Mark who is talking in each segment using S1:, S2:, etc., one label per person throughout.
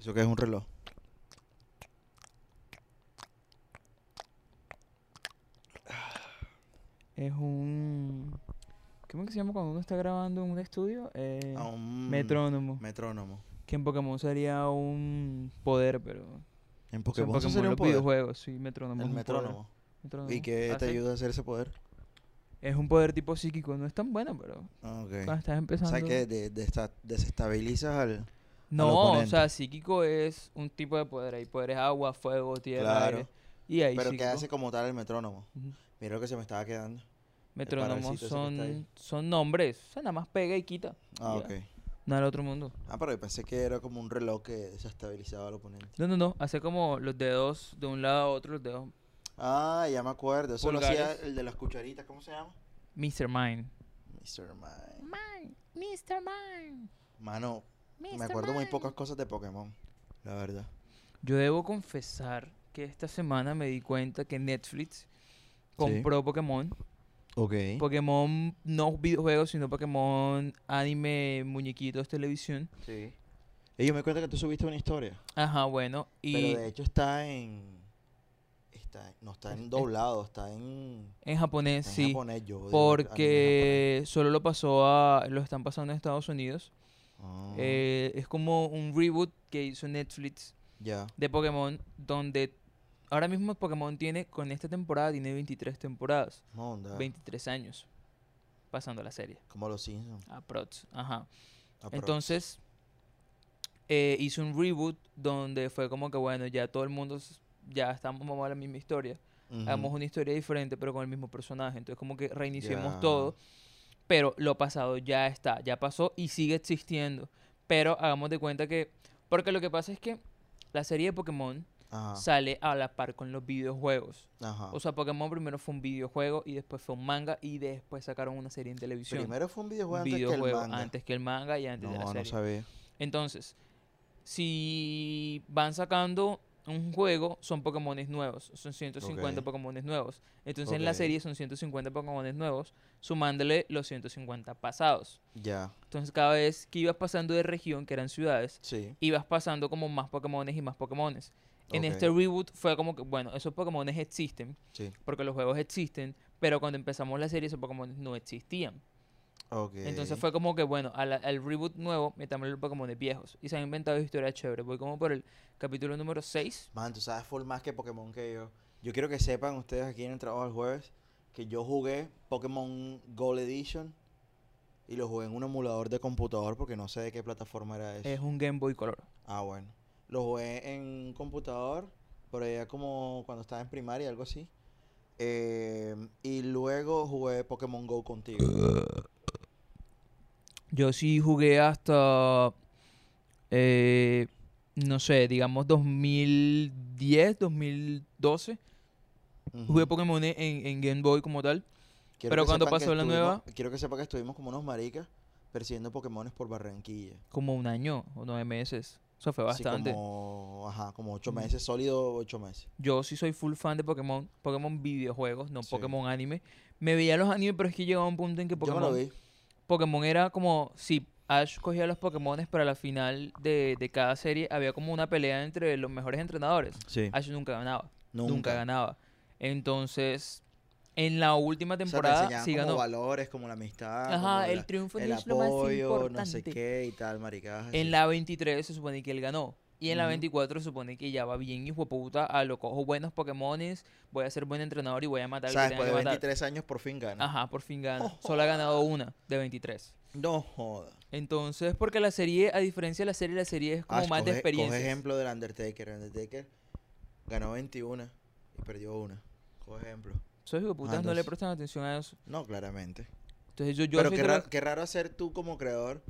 S1: ¿Eso qué es un reloj?
S2: Es un. ¿Cómo que se llama cuando uno está grabando en un estudio? Eh,
S1: Ah, un
S2: metrónomo.
S1: Metrónomo.
S2: Que en Pokémon sería un poder, pero.
S1: En
S2: o sea, en
S1: Pokémon,
S2: Pokémon
S1: eso sería un
S2: los
S1: poder.
S2: videojuegos, sí, metrónomo.
S1: El
S2: es un poder.
S1: metrónomo.
S2: Metrónomo.
S1: ¿Y qué
S2: Ah,
S1: te
S2: sí.
S1: ayuda a hacer ese poder?
S2: Es un poder tipo psíquico, no es tan bueno, pero
S1: Ah, ok.
S2: cuando estás
S1: O
S2: empezando.
S1: sea que de- desta- desestabilizas al...
S2: No, o
S1: oponente.
S2: sea, psíquico es un tipo de poder. Hay poderes agua, fuego, tierra,
S1: Claro.
S2: aire. Y ahí
S1: Pero
S2: psíquico.
S1: que hace como tal el metrónomo.
S2: Ujú.
S1: Mira lo que se me estaba quedando.
S2: Metrónomos
S1: parásito ese que está ahí.
S2: son, son nombres. O sea, nada más pega y quita.
S1: Ah,
S2: Ya.
S1: ok.
S2: Nada del otro mundo.
S1: Ah, pero yo pensé que era como un reloj que desestabilizaba al oponente.
S2: No, no, no. Hace como los dedos de un lado a otro, los dedos.
S1: Ah, ya me acuerdo. Eso lo
S2: Pulgares.
S1: hacía el de las cucharitas. ¿Cómo se llama?
S2: Mr. Mind.
S1: Mr. Mime.
S2: Mind. Mr. Mind.
S1: Mano, me acuerdo muy pocas cosas de Pokémon. La verdad.
S2: Yo debo confesar que esta semana me di cuenta que Netflix compró Pokémon.
S1: Ok.
S2: Pokémon no videojuegos, sino Pokémon anime, muñequitos, televisión.
S1: Sí. Y yo me cuenta que tú subiste una historia.
S2: Ajá, bueno. Y
S1: Pero de hecho está en... Está, no está en doblado, está en...
S2: en japonés,
S1: está en
S2: sí.
S1: japonés, yo. digo, anime en
S2: Porque solo lo pasó a... Lo están pasando en Estados Unidos.
S1: japonés. Ah,
S2: Eh, es como un reboot que hizo Netflix
S1: ya.
S2: de Pokémon, donde ahora mismo Pokémon tiene, con esta temporada, tiene 23 temporadas,
S1: Monda.
S2: 23 años, pasando la serie.
S1: Como los Simpsons.
S2: Aprox, ajá.
S1: aprox.
S2: Entonces, eh, hizo un reboot donde fue como que, bueno, ya todo el mundo, s- ya estamos vamos a la misma historia.
S1: Ujú.
S2: Hagamos una historia diferente, pero con el mismo personaje. Entonces, como que reiniciemos
S1: Ya.
S2: todo, pero lo pasado ya está, ya pasó y sigue existiendo. Pero hagamos de cuenta que, porque lo que pasa es que la serie de Pokémon
S1: Ajá.
S2: sale a la par con los videojuegos.
S1: ajá.
S2: O sea, Pokémon primero fue un videojuego y después fue un manga y después sacaron una serie en televisión.
S1: Primero fue un videojuego
S2: un
S1: antes que el
S2: videojuego
S1: manga.
S2: antes que el manga y antes de la
S1: no, no
S2: serie.
S1: sabía.
S2: Entonces, si van sacando un juego, son Pokémones nuevos. Son 150
S1: Ok.
S2: Pokémones nuevos. Entonces, en la
S1: Ok.
S2: serie son 150 Pokémones nuevos, sumándole los 150 pasados.
S1: Ya,
S2: Entonces, cada vez que ibas pasando de región, que eran ciudades,
S1: sí.
S2: ibas pasando como más Pokémones y más Pokémones. En
S1: Ok,
S2: este reboot fue como que, bueno, esos Pokémones existen,
S1: Sí,
S2: porque los juegos existen, pero cuando empezamos la serie esos Pokémones no existían.
S1: ok.
S2: Entonces fue como que, bueno, al, al reboot nuevo metamos los Pokémones viejos. Y se han inventado historias chéveres. Voy como por el capítulo número 6.
S1: Man, tú sabes full más que Pokémon que yo. Yo quiero que sepan ustedes aquí en el trabajo el jueves que yo jugué Pokémon Gold Edition y lo jugué en un emulador de computador porque no sé de qué plataforma era eso.
S2: Es un Game Boy Color.
S1: Ah, bueno. Lo jugué en un computador, por allá como cuando estaba en primaria, algo así. Eh, y luego jugué Pokémon Go contigo.
S2: Yo sí jugué hasta, eh, no sé, digamos 2010, 2012. Jugué
S1: Ujú.
S2: Pokémon en, en Game Boy como tal.
S1: Quiero
S2: pero
S1: que
S2: cuando
S1: sepan que
S2: pasó la
S1: estuvimos-
S2: nueva-
S1: Quiero que sepan que estuvimos como unos maricas persiguiendo Pokémones por Barranquilla.
S2: Como un año o nueve meses. Eso fue
S1: Sí,
S2: bastante.
S1: como, ajá, como ocho
S2: Mm.
S1: meses, sólido ocho meses.
S2: Yo sí soy full fan de Pokémon. Pokémon videojuegos, no
S1: Sí.
S2: Pokémon anime. Me veía los animes, pero es que llegaba un punto en que Pokémon...
S1: Yo me lo vi.
S2: Pokémon era como si Ash cogía los Pokémones para la final de, de cada serie, había como una pelea entre los mejores entrenadores.
S1: Sí.
S2: Ash nunca ganaba,
S1: Nunca.
S2: Ah, nunca, ganaba. Entonces, en la última
S1: O sea, te
S2: temporada
S1: enseñaban
S2: sí
S1: como
S2: ganó.
S1: valores, como la amistad. como
S2: Ajá, el
S1: la-
S2: triunfo
S1: el
S2: no es lo más
S1: apoyo,
S2: importante.
S1: no sé qué y tal, maricadas. así.
S2: En la 23 se supone que él ganó. Y en la
S1: Ujú.
S2: 24 se supone que ya va bien, hijo de puta, a lo cojo buenos Pokémones, voy a ser buen entrenador y voy a
S1: O
S2: matar al
S1: sea,
S2: que
S1: después
S2: tenga
S1: de
S2: que matar.
S1: 23 años por fin gana.
S2: Ajá, por fin gana. Solo ha ganado una de 23.
S1: No joda.
S2: Entonces, porque la serie, a diferencia de la serie, la serie es como
S1: Ash,
S2: más
S1: Ah, coge,
S2: de experiencia.
S1: Coge ejemplo del Undertaker. El Undertaker ganó 21 y perdió una. Coge ejemplo.
S2: Esos hijueputas no le
S1: Ah, entonces-
S2: prestan atención a eso.
S1: No, claramente.
S2: Entonces yo, yo
S1: Pero
S2: soy
S1: qué
S2: de
S1: raro,
S2: los-
S1: qué raro hacer tú como creador,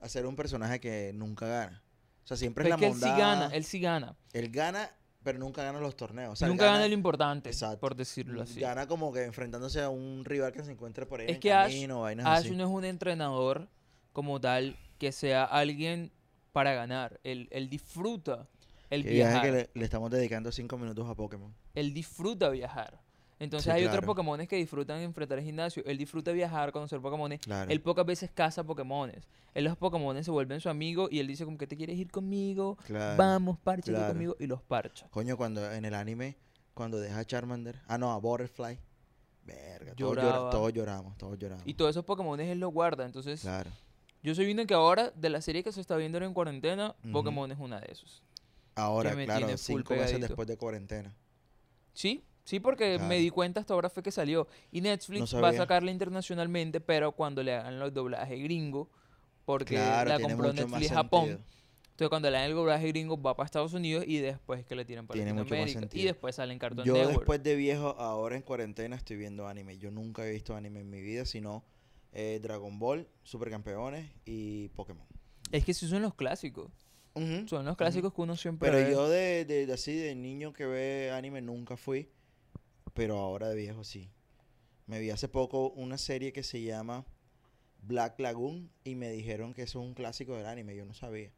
S1: hacer un personaje que nunca gana. O sea, siempre
S2: pero
S1: es
S2: es que
S1: la
S2: él sí
S1: bondad.
S2: gana, él sí gana.
S1: Él gana, pero nunca gana los torneos. O sea, él
S2: Nunca gana, lo importante,
S1: Exacto.
S2: por decirlo así.
S1: Gana como que enfrentándose a un rival que se encuentra por ahí
S2: Es
S1: en el
S2: que Ash-
S1: camino, vainas
S2: Ash
S1: así.
S2: no Ah, es un entrenador como tal que sea alguien para ganar. Él, él disfruta el
S1: Qué viaje
S2: viajar.
S1: que le, le estamos dedicando cinco minutos a Pokémon.
S2: Él disfruta viajar. Entonces
S1: Sí,
S2: hay otros
S1: claro.
S2: Pokémones que disfrutan enfrentar el gimnasio. Él disfruta viajar, conocer Pokémones.
S1: Claro.
S2: Él pocas veces caza Pokémones. Él los Pokémones se vuelven su amigo y él dice como que te quieres ir conmigo.
S1: Claro.
S2: Vamos, parche
S1: claro.
S2: conmigo y los parcha.
S1: Coño, cuando en el anime, cuando deja a Charmander. Ah, no, a Butterfly. Verga, todos, llora-
S2: Lloraba.
S1: todos lloramos, todos lloramos.
S2: Y todos esos Pokémones él los guarda. Entonces
S1: Claro.
S2: yo soy uno que ahora de la serie que se está viendo ahora en cuarentena,
S1: Ujú.
S2: Pokémon es una de esos.
S1: Ahora,
S2: me
S1: claro,
S2: tiene full
S1: cinco meses
S2: pegadito.
S1: después de cuarentena.
S2: Sí, sí, porque
S1: Claro.
S2: me di cuenta hasta ahora fue que salió. Y Netflix va a
S1: sabía.
S2: sacarla internacionalmente, pero cuando le hagan los doblajes gringo, porque
S1: claro,
S2: la
S1: tiene
S2: compró
S1: mucho más
S2: Netflix Japón.
S1: sentido.
S2: Entonces cuando le hagan el doblaje gringo va para Estados Unidos y después que le tiran para
S1: Tiene mucho más
S2: Latinoamérica. Y
S1: sentido.
S2: después sale en Cartoon
S1: Yo
S2: Network.
S1: después de viejo, ahora en cuarentena estoy viendo anime. Yo nunca he visto anime en mi vida, sino eh, Dragon Ball, Supercampeones y Pokémon.
S2: Es que sí son los clásicos.
S1: Ujú,
S2: Son los
S1: ujú.
S2: clásicos que uno siempre
S1: Pero
S2: ve.
S1: yo de, de- de así de niño que ve anime nunca fui, pero ahora de viejo sí. Me vi hace poco una serie que se llama Black Lagoon y me dijeron que eso es un clásico del anime, yo no sabía.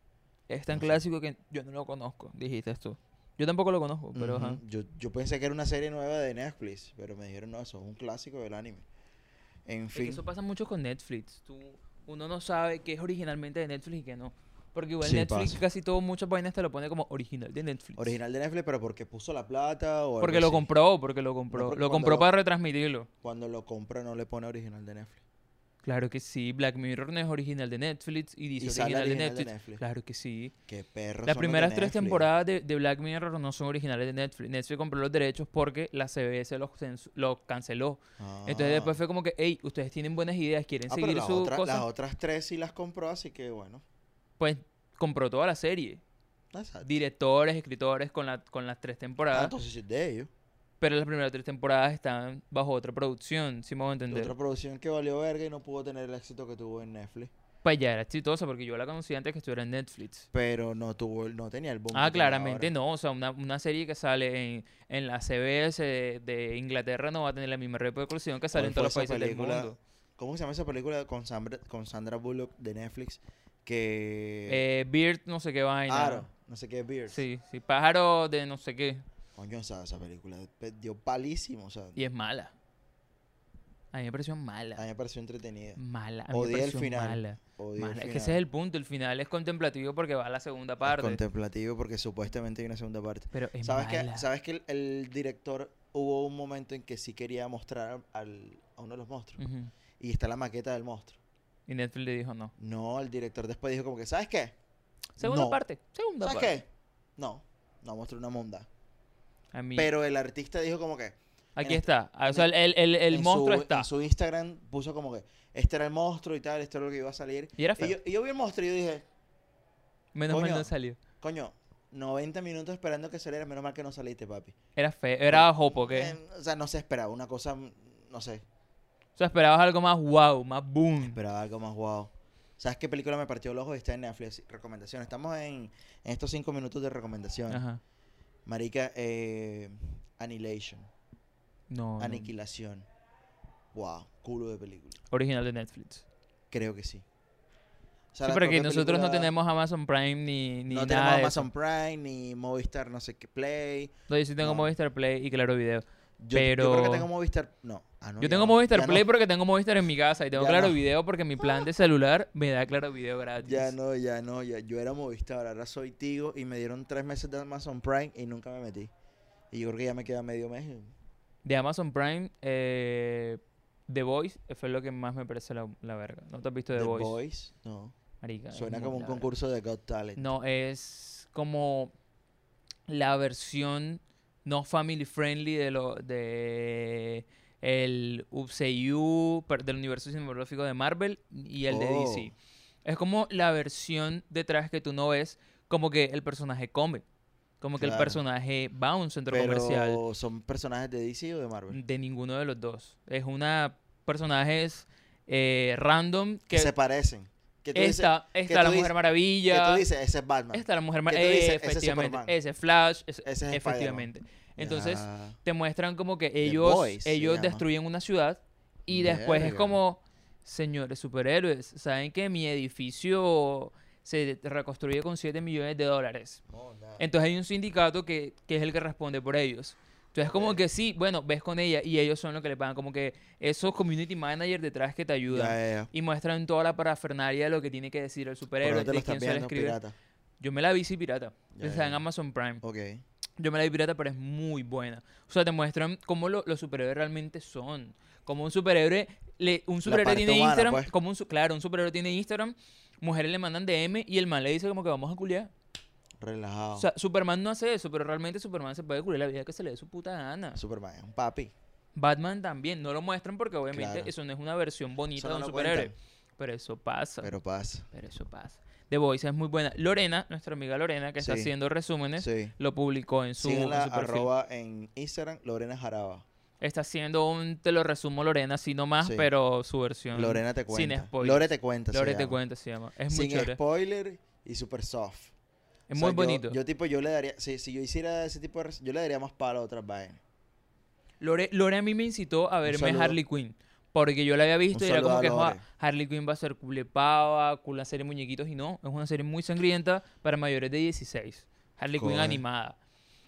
S2: Es tan
S1: no sé.
S2: clásico que yo no lo conozco, dijiste tú. Yo tampoco lo conozco, pero ajá.
S1: Ujú, yo, yo pensé que era una serie nueva de Netflix, pero me dijeron no, eso es un clásico del anime. En
S2: Es que
S1: fin,
S2: eso pasa mucho con Netflix. Tú, uno no sabe qué es originalmente de Netflix y qué no. Porque igual
S1: Sí,
S2: Netflix
S1: pasa.
S2: casi todo, muchas vainas te lo pone como original de Netflix.
S1: original de Netflix, pero porque puso la plata o algo
S2: Porque lo
S1: así.
S2: compró, porque lo compró.
S1: porque
S2: lo
S1: cuando
S2: compró
S1: lo-
S2: para retransmitirlo.
S1: Cuando lo compra no le pone original de Netflix.
S2: Claro que sí, Black Mirror no es original de Netflix y dice
S1: Y sale
S2: original, de,
S1: original de
S2: Netflix.
S1: Netflix.
S2: Claro que sí.
S1: Qué perro.
S2: Las primeras tres temporadas de, de Black Mirror no son originales de Netflix. Netflix compró los derechos porque la CBS los, censu- los canceló. Entonces después fue como que, hey, ustedes tienen buenas ideas, quieren
S1: Ah, pero
S2: seguir
S1: las
S2: su
S1: otras-
S2: cosa.
S1: Las otras tres sí las compró, así que bueno.
S2: Pues compró toda la serie.
S1: Exacto.
S2: Directores, escritores con, la, con las tres
S1: Ah,
S2: temporadas.
S1: entonces sí es de ellos.
S2: pero las primeras tres temporadas están bajo otra producción, si me voy a
S1: De
S2: entender.
S1: Otra producción que valió verga y no pudo tener el éxito que tuvo en Netflix.
S2: Pues ya era exitosa porque yo la conocí antes que estuviera en Netflix.
S1: Pero no tuvo, el- no tenía el boom.
S2: Ah, claramente no. O sea, una, una serie que sale en, en la CBS de, de Inglaterra no va a tener la misma repercusión que sale en todos los países del mundo.
S1: ¿Cómo se llama esa película con Sandra, con Sandra Bullock de Netflix? Que.
S2: Eh, Beard, no sé qué vaina.
S1: Aro, no sé qué, Beard.
S2: Sí, sí. Pájaro de no sé qué.
S1: Coño, esa, esa película pe- dio palísimo. O sea,
S2: Y es mala. A mí me pareció
S1: a mí
S2: mala.
S1: me pareció entretenida.
S2: Mala. A mí me
S1: Odié el
S2: pareció
S1: final.
S2: mala.
S1: Odié
S2: Mala.
S1: el
S2: Es que ese es el punto. El final es contemplativo porque va a la segunda parte.
S1: contemplativo porque supuestamente hay una segunda parte.
S2: Pero es
S1: ¿Sabes
S2: mala.
S1: que, ¿Sabes que el, el director hubo un momento en que sí quería mostrar al, a uno de los monstruos?
S2: Ujú.
S1: Y está la maqueta del monstruo.
S2: Y Netflix le dijo no.
S1: No, el director después dijo como que, ¿sabes qué?
S2: Segunda
S1: No.
S2: parte. pues. Segunda
S1: ¿Sabes
S2: parte.
S1: qué? No, no mostró una monda.
S2: A mí-
S1: Pero el artista dijo como que...
S2: Aquí
S1: en este-
S2: está. Ah, O sea,
S1: en-
S2: el, el- el
S1: en
S2: monstruo
S1: su,
S2: está.
S1: En su Instagram puso como que, este era el monstruo y tal, esto era lo que iba a salir.
S2: Y era
S1: Y
S2: feo.
S1: yo, y yo vi el monstruo y yo dije,
S2: Menos mal
S1: coño.
S2: no salió.
S1: coño, 90 minutos esperando que saliera, menos mal que no saliste, papi.
S2: Era feo. Era jopo, ¿qué?
S1: Eh, o sea, no se esperaba, una cosa, mm, no sé.
S2: O sea, esperabas algo más wow, más boom.
S1: Esperaba algo más guau. ¿Sabes qué película me partió el ojo? Está en Netflix. Recomendación. Estamos en, en estos cinco minutos de recomendación.
S2: Ajá.
S1: Marica, eh, Annihilation.
S2: Oh, No, no.
S1: Aniquilación. Wow, culo de película.
S2: Original de Netflix.
S1: Creo que sí. O sea,
S2: Sí,
S1: la
S2: porque
S1: propia
S2: nosotros no
S1: película-
S2: tenemos Amazon Prime ni, ni
S1: no
S2: nada.
S1: tenemos
S2: de
S1: Amazon
S2: eso.
S1: Prime ni Movistar, no sé qué Play.
S2: No, yo sí tengo
S1: no.
S2: Movistar Play y Claro Video.
S1: Yo, yo creo
S2: Pero-
S1: que tengo Movistar. No. Ah, no, ya
S2: Yo tengo
S1: no,
S2: Movistar
S1: ya no,
S2: Play porque tengo Movistar en mi casa y tengo
S1: Ya
S2: Claro
S1: no.
S2: Video porque mi plan de celular me da Claro Video gratis.
S1: Ya no, ya no, ya. Yo era Movistar, ahora soy Tigo y me dieron tres meses de Amazon Prime y nunca me metí. Y yo creo que ya me queda medio mes. y-
S2: De Amazon Prime, eh, The Voice fue lo que más me parece la, la verga. ¿No te has visto The,
S1: The
S2: Voice?
S1: Voice, no.
S2: Marica, es
S1: Suena
S2: muy
S1: como un
S2: la verga.
S1: concurso de Got Talent.
S2: No, es como la versión no family friendly de lo de el UCU per- del universo cinematográfico de Marvel y el de
S1: Oh.
S2: DC. Es como la versión detrás que tú no ves, como que el personaje come, como que el
S1: Claro.
S2: personaje va a un centro
S1: pero
S2: comercial Mm,
S1: son personajes de DC o de Marvel.
S2: de ninguno de los dos. Es una personajes eh, random que
S1: Que se parecen. Que tú dices,
S2: está, está la
S1: tú
S2: Mujer
S1: dices- que
S2: Maravilla.
S1: tú dices, ese es Batman.
S2: Esta la mujer Maravilla.
S1: ¿Qué tú dices? Ese es
S2: efectivamente.
S1: Superman.
S2: Ese es Flash. ese-
S1: Ese es Spider-Man.
S2: efectivamente. Entonces,
S1: Ya.
S2: te muestran como que ellos,
S1: Boys se
S2: ellos
S1: llama.
S2: destruyen una ciudad y después es
S1: Verga.
S2: como, señores superhéroes, ¿saben que mi edificio se reconstruye con 7 millones de dólares?
S1: Monda.
S2: Entonces hay un sindicato que, que es el que responde por ellos. Entonces, como que sí, bueno, ves con ella y ellos son los que le pagan. Como que esos community managers detrás que te ayudan.
S1: Ya, ya, ya.
S2: Y muestran toda la parafernalia de lo que tiene que decir el
S1: Pero
S2: superhéroe,
S1: no te lo
S2: de
S1: estás
S2: quién se lo
S1: viendo,
S2: escribe.
S1: pirata.
S2: Yo me la vi sí pirata.
S1: Ya,
S2: Está en
S1: ya.
S2: Amazon Prime.
S1: Ok.
S2: Yo me la vi pirata, pero es muy buena. O sea, te muestran cómo lo- los superhéroes realmente son. Como un superhéroe, le, un superhéroe
S1: parte
S2: tiene
S1: humana,
S2: Instagram,
S1: pues.
S2: como un, su- claro, un superhéroe tiene Instagram, mujeres le mandan DM y el man le dice como que vamos a culiar.
S1: Relajado.
S2: O sea, Superman no hace eso, pero realmente Superman se puede culiar la vida que se le dé su puta gana.
S1: Superman es un papi.
S2: Batman también, no lo muestran porque obviamente
S1: Claro.
S2: eso no es una versión
S1: Eso
S2: bonita
S1: no
S2: de un
S1: lo
S2: superhéroe.
S1: cuentan.
S2: Pero eso pasa. Pero,
S1: Pero pasa.
S2: eso pasa. The Voice es muy buena. Lorena, nuestra amiga Lorena, que está
S1: Sí.
S2: haciendo resúmenes,
S1: Sí.
S2: lo publicó en su, en
S1: Síganla
S2: su perfil.
S1: arroba en Instagram, Lorena Jaraba.
S2: Está haciendo un, te lo resumo Lorena así nomás,
S1: Sí.
S2: pero su versión.
S1: Lorena te
S2: sin
S1: cuenta.
S2: spoilers.
S1: Lore te cuenta. se
S2: Lore te
S1: llama.
S2: cuenta se llama. Es muy
S1: Sin
S2: chévere.
S1: spoiler y super soft.
S2: Es
S1: O sea,
S2: muy
S1: yo-
S2: bonito.
S1: Yo, tipo, yo le daría, si, si yo hiciera ese tipo de, res- yo le daría más palo a otras vainas.
S2: Lore, Lore a mí me incitó a verme
S1: saludo.
S2: Harley Quinn. Porque yo la había visto y era
S1: saludo
S2: como
S1: a
S2: que "Joa,
S1: Lore.
S2: Harley Quinn va a ser culepava, con la serie de muñequitos y no. Es una serie muy sangrienta para mayores de 16. Harley Quinn
S1: Coge.
S2: animada.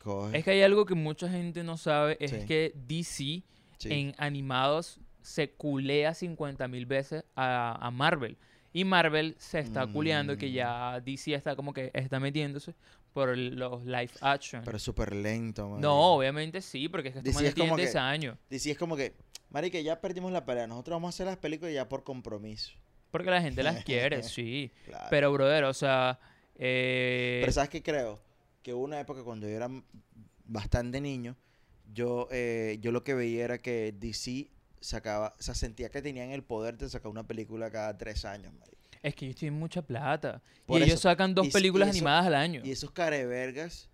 S1: Coge.
S2: Es que hay algo que mucha gente no sabe, es
S1: Sí.
S2: que DC
S1: Sí.
S2: en animados se culea 50 mil veces a, a Marvel. Y Marvel se está culeando que
S1: Mm.
S2: ya DC está como que está metiéndose por los live action.
S1: Pero súper lento, man.
S2: no, obviamente sí, porque es que este estos
S1: DC
S2: manes
S1: es como
S2: tienen
S1: que-
S2: 10 años.
S1: Dice, es como que, marica, ya perdimos la pelea. Nosotros vamos a hacer las películas ya por compromiso.
S2: Porque la gente las quiere, sí.
S1: Claro.
S2: Pero, brother, o sea... eh,
S1: Ah. Pero ¿sabes qué creo? Que hubo una época cuando yo era m- bastante niño, yo, eh, yo lo que veía era que DC sacaba, o sea, sentía que tenían el poder de sacar una película cada tres años, marica.
S2: es que ellos tienen mucha plata. Y
S1: Por
S2: ellos
S1: eso.
S2: sacan dos
S1: Y s- y
S2: películas
S1: eso-
S2: animadas al año.
S1: Y esos carevergas,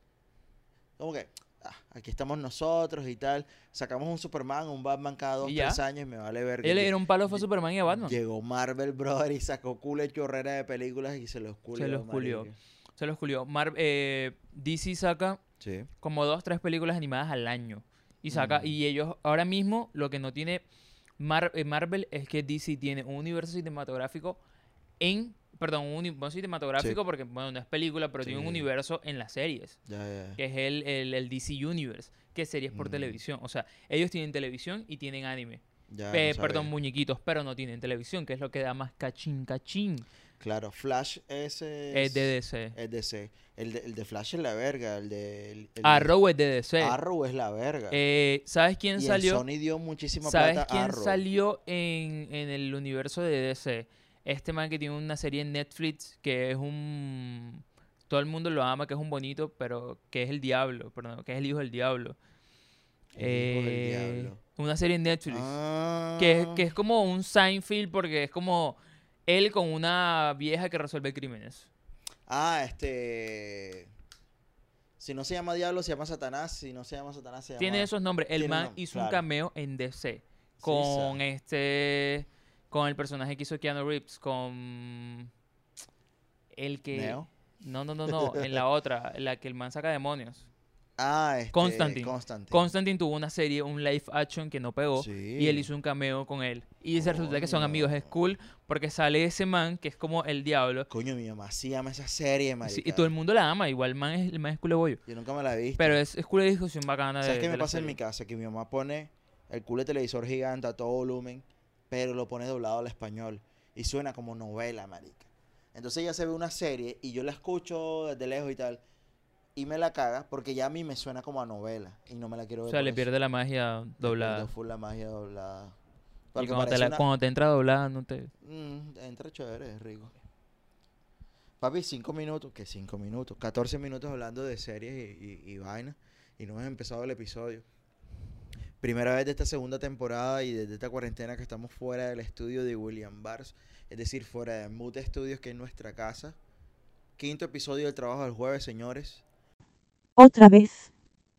S1: como que, "Ah, aquí estamos nosotros y tal, sacamos un Superman, un Batman cada dos,
S2: Y ya.
S1: tres años y me vale verga.
S2: Ellos le
S1: Lle-
S2: dieron palo fue a Superman y a Batman.
S1: Llegó Marvel Brother y sacó cule chorrera de películas y se los culió.
S2: los culió.
S1: marica.
S2: Se los culió. Mar- eh, DC saca
S1: Sí.
S2: como dos, tres películas animadas al año. Y saca,
S1: Mm.
S2: y ellos ahora mismo lo que no tiene Mar- eh, Marvel es que DC tiene un universo cinematográfico en, perdón, un universo cinematográfico porque, bueno, no es película, pero tiene un
S1: Sí.
S2: universo en las series,
S1: Ya, ya, ya.
S2: que es el, el, el DC Universe, que es series por
S1: Mm.
S2: televisión. O sea, ellos tienen televisión y tienen anime.
S1: Ya,
S2: Eh,
S1: Ah, no
S2: perdón,
S1: sabía.
S2: muñequitos, pero no tienen televisión, que es lo que da más cachín, cachín. eh,
S1: Claro, Flash ese
S2: Es de DC.
S1: Es DC. El de, el de Flash es la verga. El de. el- el de
S2: Ah, Arrow es de DC.
S1: Arrow es la verga.
S2: Eh, ¿Sabes quién
S1: y
S2: salió?
S1: En Sony dio muchísima
S2: ¿Sabes
S1: plata a
S2: quién
S1: Arrow.
S2: salió en, en el universo de DC? Este man que tiene una serie en Netflix que es un... Todo el mundo lo ama, que es un bonito, pero que es el diablo, perdón, que es el hijo del diablo.
S1: El hijo del
S2: Eh,
S1: diablo.
S2: Una serie en Netflix.
S1: Ah,
S2: Que, es- que es como un Seinfeld porque es como él con una vieja que resuelve crímenes.
S1: Ah, este. Si no se llama Diablo, se llama Satanás. Si no se llama Satanás, se llama.
S2: Tiene esos nombres. El
S1: tiene
S2: man
S1: nom-
S2: hizo un
S1: claro.
S2: cameo en DC
S1: Sí,
S2: con eh,
S1: sa-
S2: este con el personaje que hizo Keanu Reeves con el que
S1: Neo.
S2: no no no no en la otra en la que el man saca demonios
S1: Ah, este.
S2: Constantine.
S1: Constantine.
S2: Constantine tuvo una serie un live action que no pegó y él
S1: Sí. Oh.
S2: hizo un cameo con él y se resulta que son amigos es
S1: Coño.
S2: cool porque sale ese man que es como el diablo
S1: Coño, mi mamá sí ama esa serie,
S2: Sí,
S1: marica.
S2: y todo el mundo la ama igual el man es el man es culo bollo
S1: Yo nunca me la he visto.
S2: pero es, es culo de discusión bacana
S1: ¿Sabes
S2: Ah, de-
S1: qué
S2: de
S1: me
S2: la
S1: pasa en mi
S2: serie.
S1: casa? Que mi mamá pone el culo de televisor gigante a todo volumen, pero lo pone doblado al español. Y suena como novela, marica. Entonces ella se ve una serie y yo la escucho desde lejos y tal. Y me la caga porque ya a mí me suena como a novela. Y no me la quiero ver.
S2: o sea
S1: por
S2: le
S1: eso.
S2: pierde la magia
S1: Le pierdo
S2: doblada
S1: full la magia doblada.
S2: Y
S1: Porque
S2: cuando te,
S1: parece
S2: la-
S1: una-
S2: cuando te entra doblada, no te.
S1: Mm, entra chévere, es rico. Papi, cinco minutos, que cinco minutos, 14 minutos hablando de series y, y, y vainas. Y no hemos empezado el episodio. Primera vez de esta segunda temporada y desde esta cuarentena que estamos fuera del estudio de William Bars, es decir, fuera de Mute Studios, que es nuestra casa. Quinto episodio del trabajo del jueves, señores.
S3: Otra vez.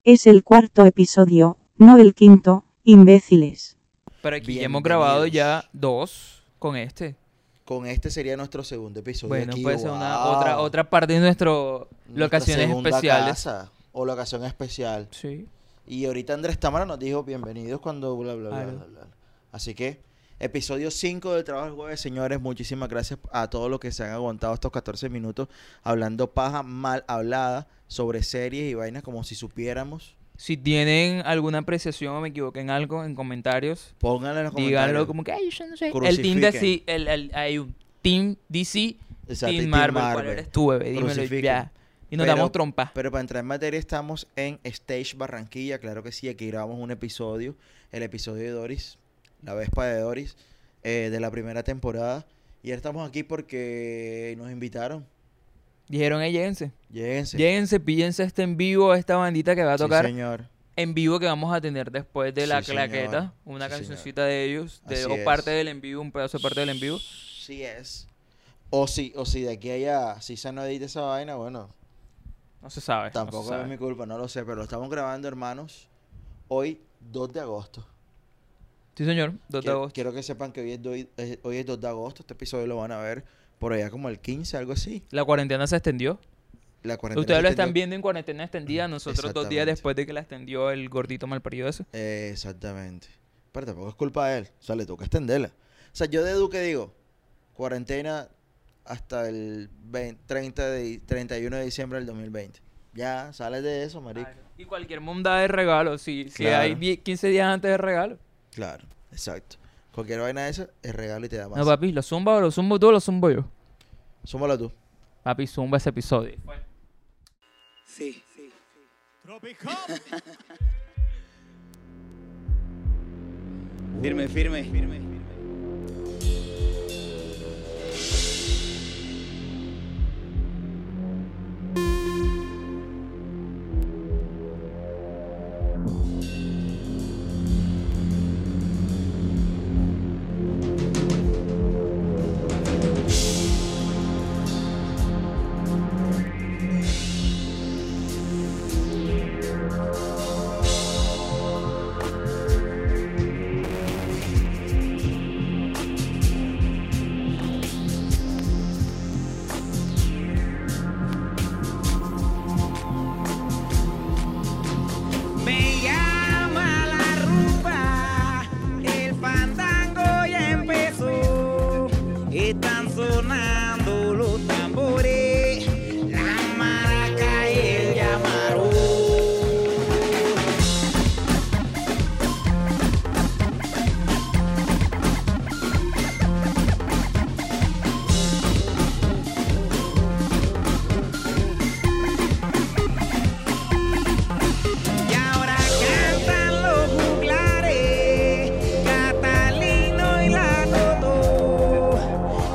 S3: Es el cuarto episodio, no el quinto, imbéciles.
S2: Pero aquí ya hemos grabado ya dos con este.
S1: Con este sería nuestro segundo episodio.
S2: bueno,
S1: aquí,
S2: puede ser una,
S1: guau.
S2: otra, otra parte de nuestro
S1: Nuestra
S2: locaciones
S1: segunda
S2: especiales.
S1: casa, o locación especial.
S2: Sí.
S1: Y ahorita Andrés Támara nos dijo bienvenidos cuando bla bla bla,
S2: Claro.
S1: bla, bla. Así que, episodio 5 del Trabajo del Jueves, señores. Muchísimas gracias a todos los que se han aguantado estos 14 minutos hablando paja mal hablada sobre series y vainas como si supiéramos.
S2: Si tienen alguna apreciación o me equivoqué en algo, en comentarios,
S1: Pónganlo en los comentarios.
S2: díganlo como que, ay, yo no sé. El Team DC,
S1: Crucifiquen.
S2: el, el- hay un Team DC,
S1: Exacto, y
S2: Team
S1: Team
S2: Marvel. ¿Cuál
S1: Marvel.
S2: eres tú, bebé? Dímelo
S1: Crucifiquen.
S2: ya. Y nos
S1: Pero-
S2: damos trompa.
S1: Pero para entrar en materia, estamos en Stage Barranquilla. Claro que sí, aquí grabamos un episodio. El episodio de Doris, la Vespa de Doris, eh, de la primera temporada. Y ahora estamos aquí porque nos invitaron.
S2: Dijeron, hey, lléguense.
S1: Lléguense.
S2: Lléguense, píllense este en vivo, esta bandita que va a
S1: Sí,
S2: tocar
S1: señor.
S2: en vivo que vamos a tener después de
S1: Sí,
S2: la
S1: señor.
S2: claqueta. Una
S1: Sí, señor.
S2: cancioncita de ellos, de
S1: Así
S2: o parte
S1: es.
S2: del en vivo, un pedazo de parte del en vivo.
S1: Sí es. O si, o si de aquí a allá, si se no edita esa vaina, bueno,
S2: No se sabe. no se
S1: tampoco
S2: sabe.
S1: es mi culpa, no lo sé, pero lo estamos grabando, hermanos, hoy 2 de agosto.
S2: Sí, señor. 2 de
S1: Quiero-
S2: agosto.
S1: Quiero que sepan que hoy es, doi- eh, hoy es 2 de agosto. Este episodio lo van a ver por allá como el 15, algo así.
S2: La cuarentena se extendió.
S1: La cuarentena
S2: Ustedes lo
S1: se extendió-
S2: están
S1: Mm,
S2: viendo en cuarentena extendida. Nosotros dos días
S1: Exactamente.
S2: después de que la extendió el gordito malparido ese.
S1: Eh, exactamente. Pero tampoco es culpa de él. O sea, le toca extenderla. O sea, yo de Duque digo, cuarentena hasta el 20 30 de, 31 de diciembre del 2020. Ya, sales de eso, marico.
S2: Y cualquier mundada de regalo. Si, si
S1: Claro.
S2: hay die- 15 días antes de regalo.
S1: Claro, exacto. Cualquier vaina de esa es regalo y te da más.
S2: No, papi, lo zumba o lo zumbo tú o lo zumbo yo.
S1: Súmala tú.
S2: Papi, zumba ese episodio.
S4: Sí. Firme, firme, firme, firme.
S5: Me llama la rumba, el fandango ya empezó. Están sonando los tambores, la maraca y el llamaró. Y ahora cantan los juglares, Catalino y la Totó.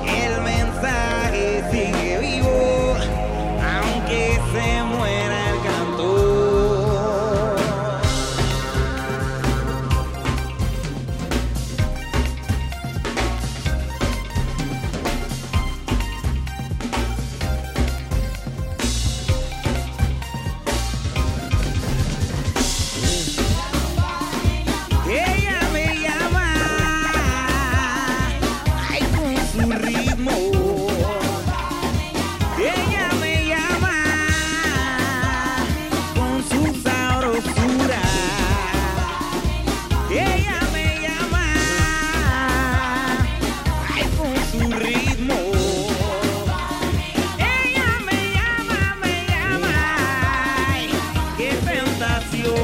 S5: El mensaje sigue vivo, aunque se muera el cantor. Ella me llama, ay con su ritmo. Ella me llama con su sabrosura. Ella me llama, ay con su ritmo. Ella me llama, me llama, ay, qué tentación.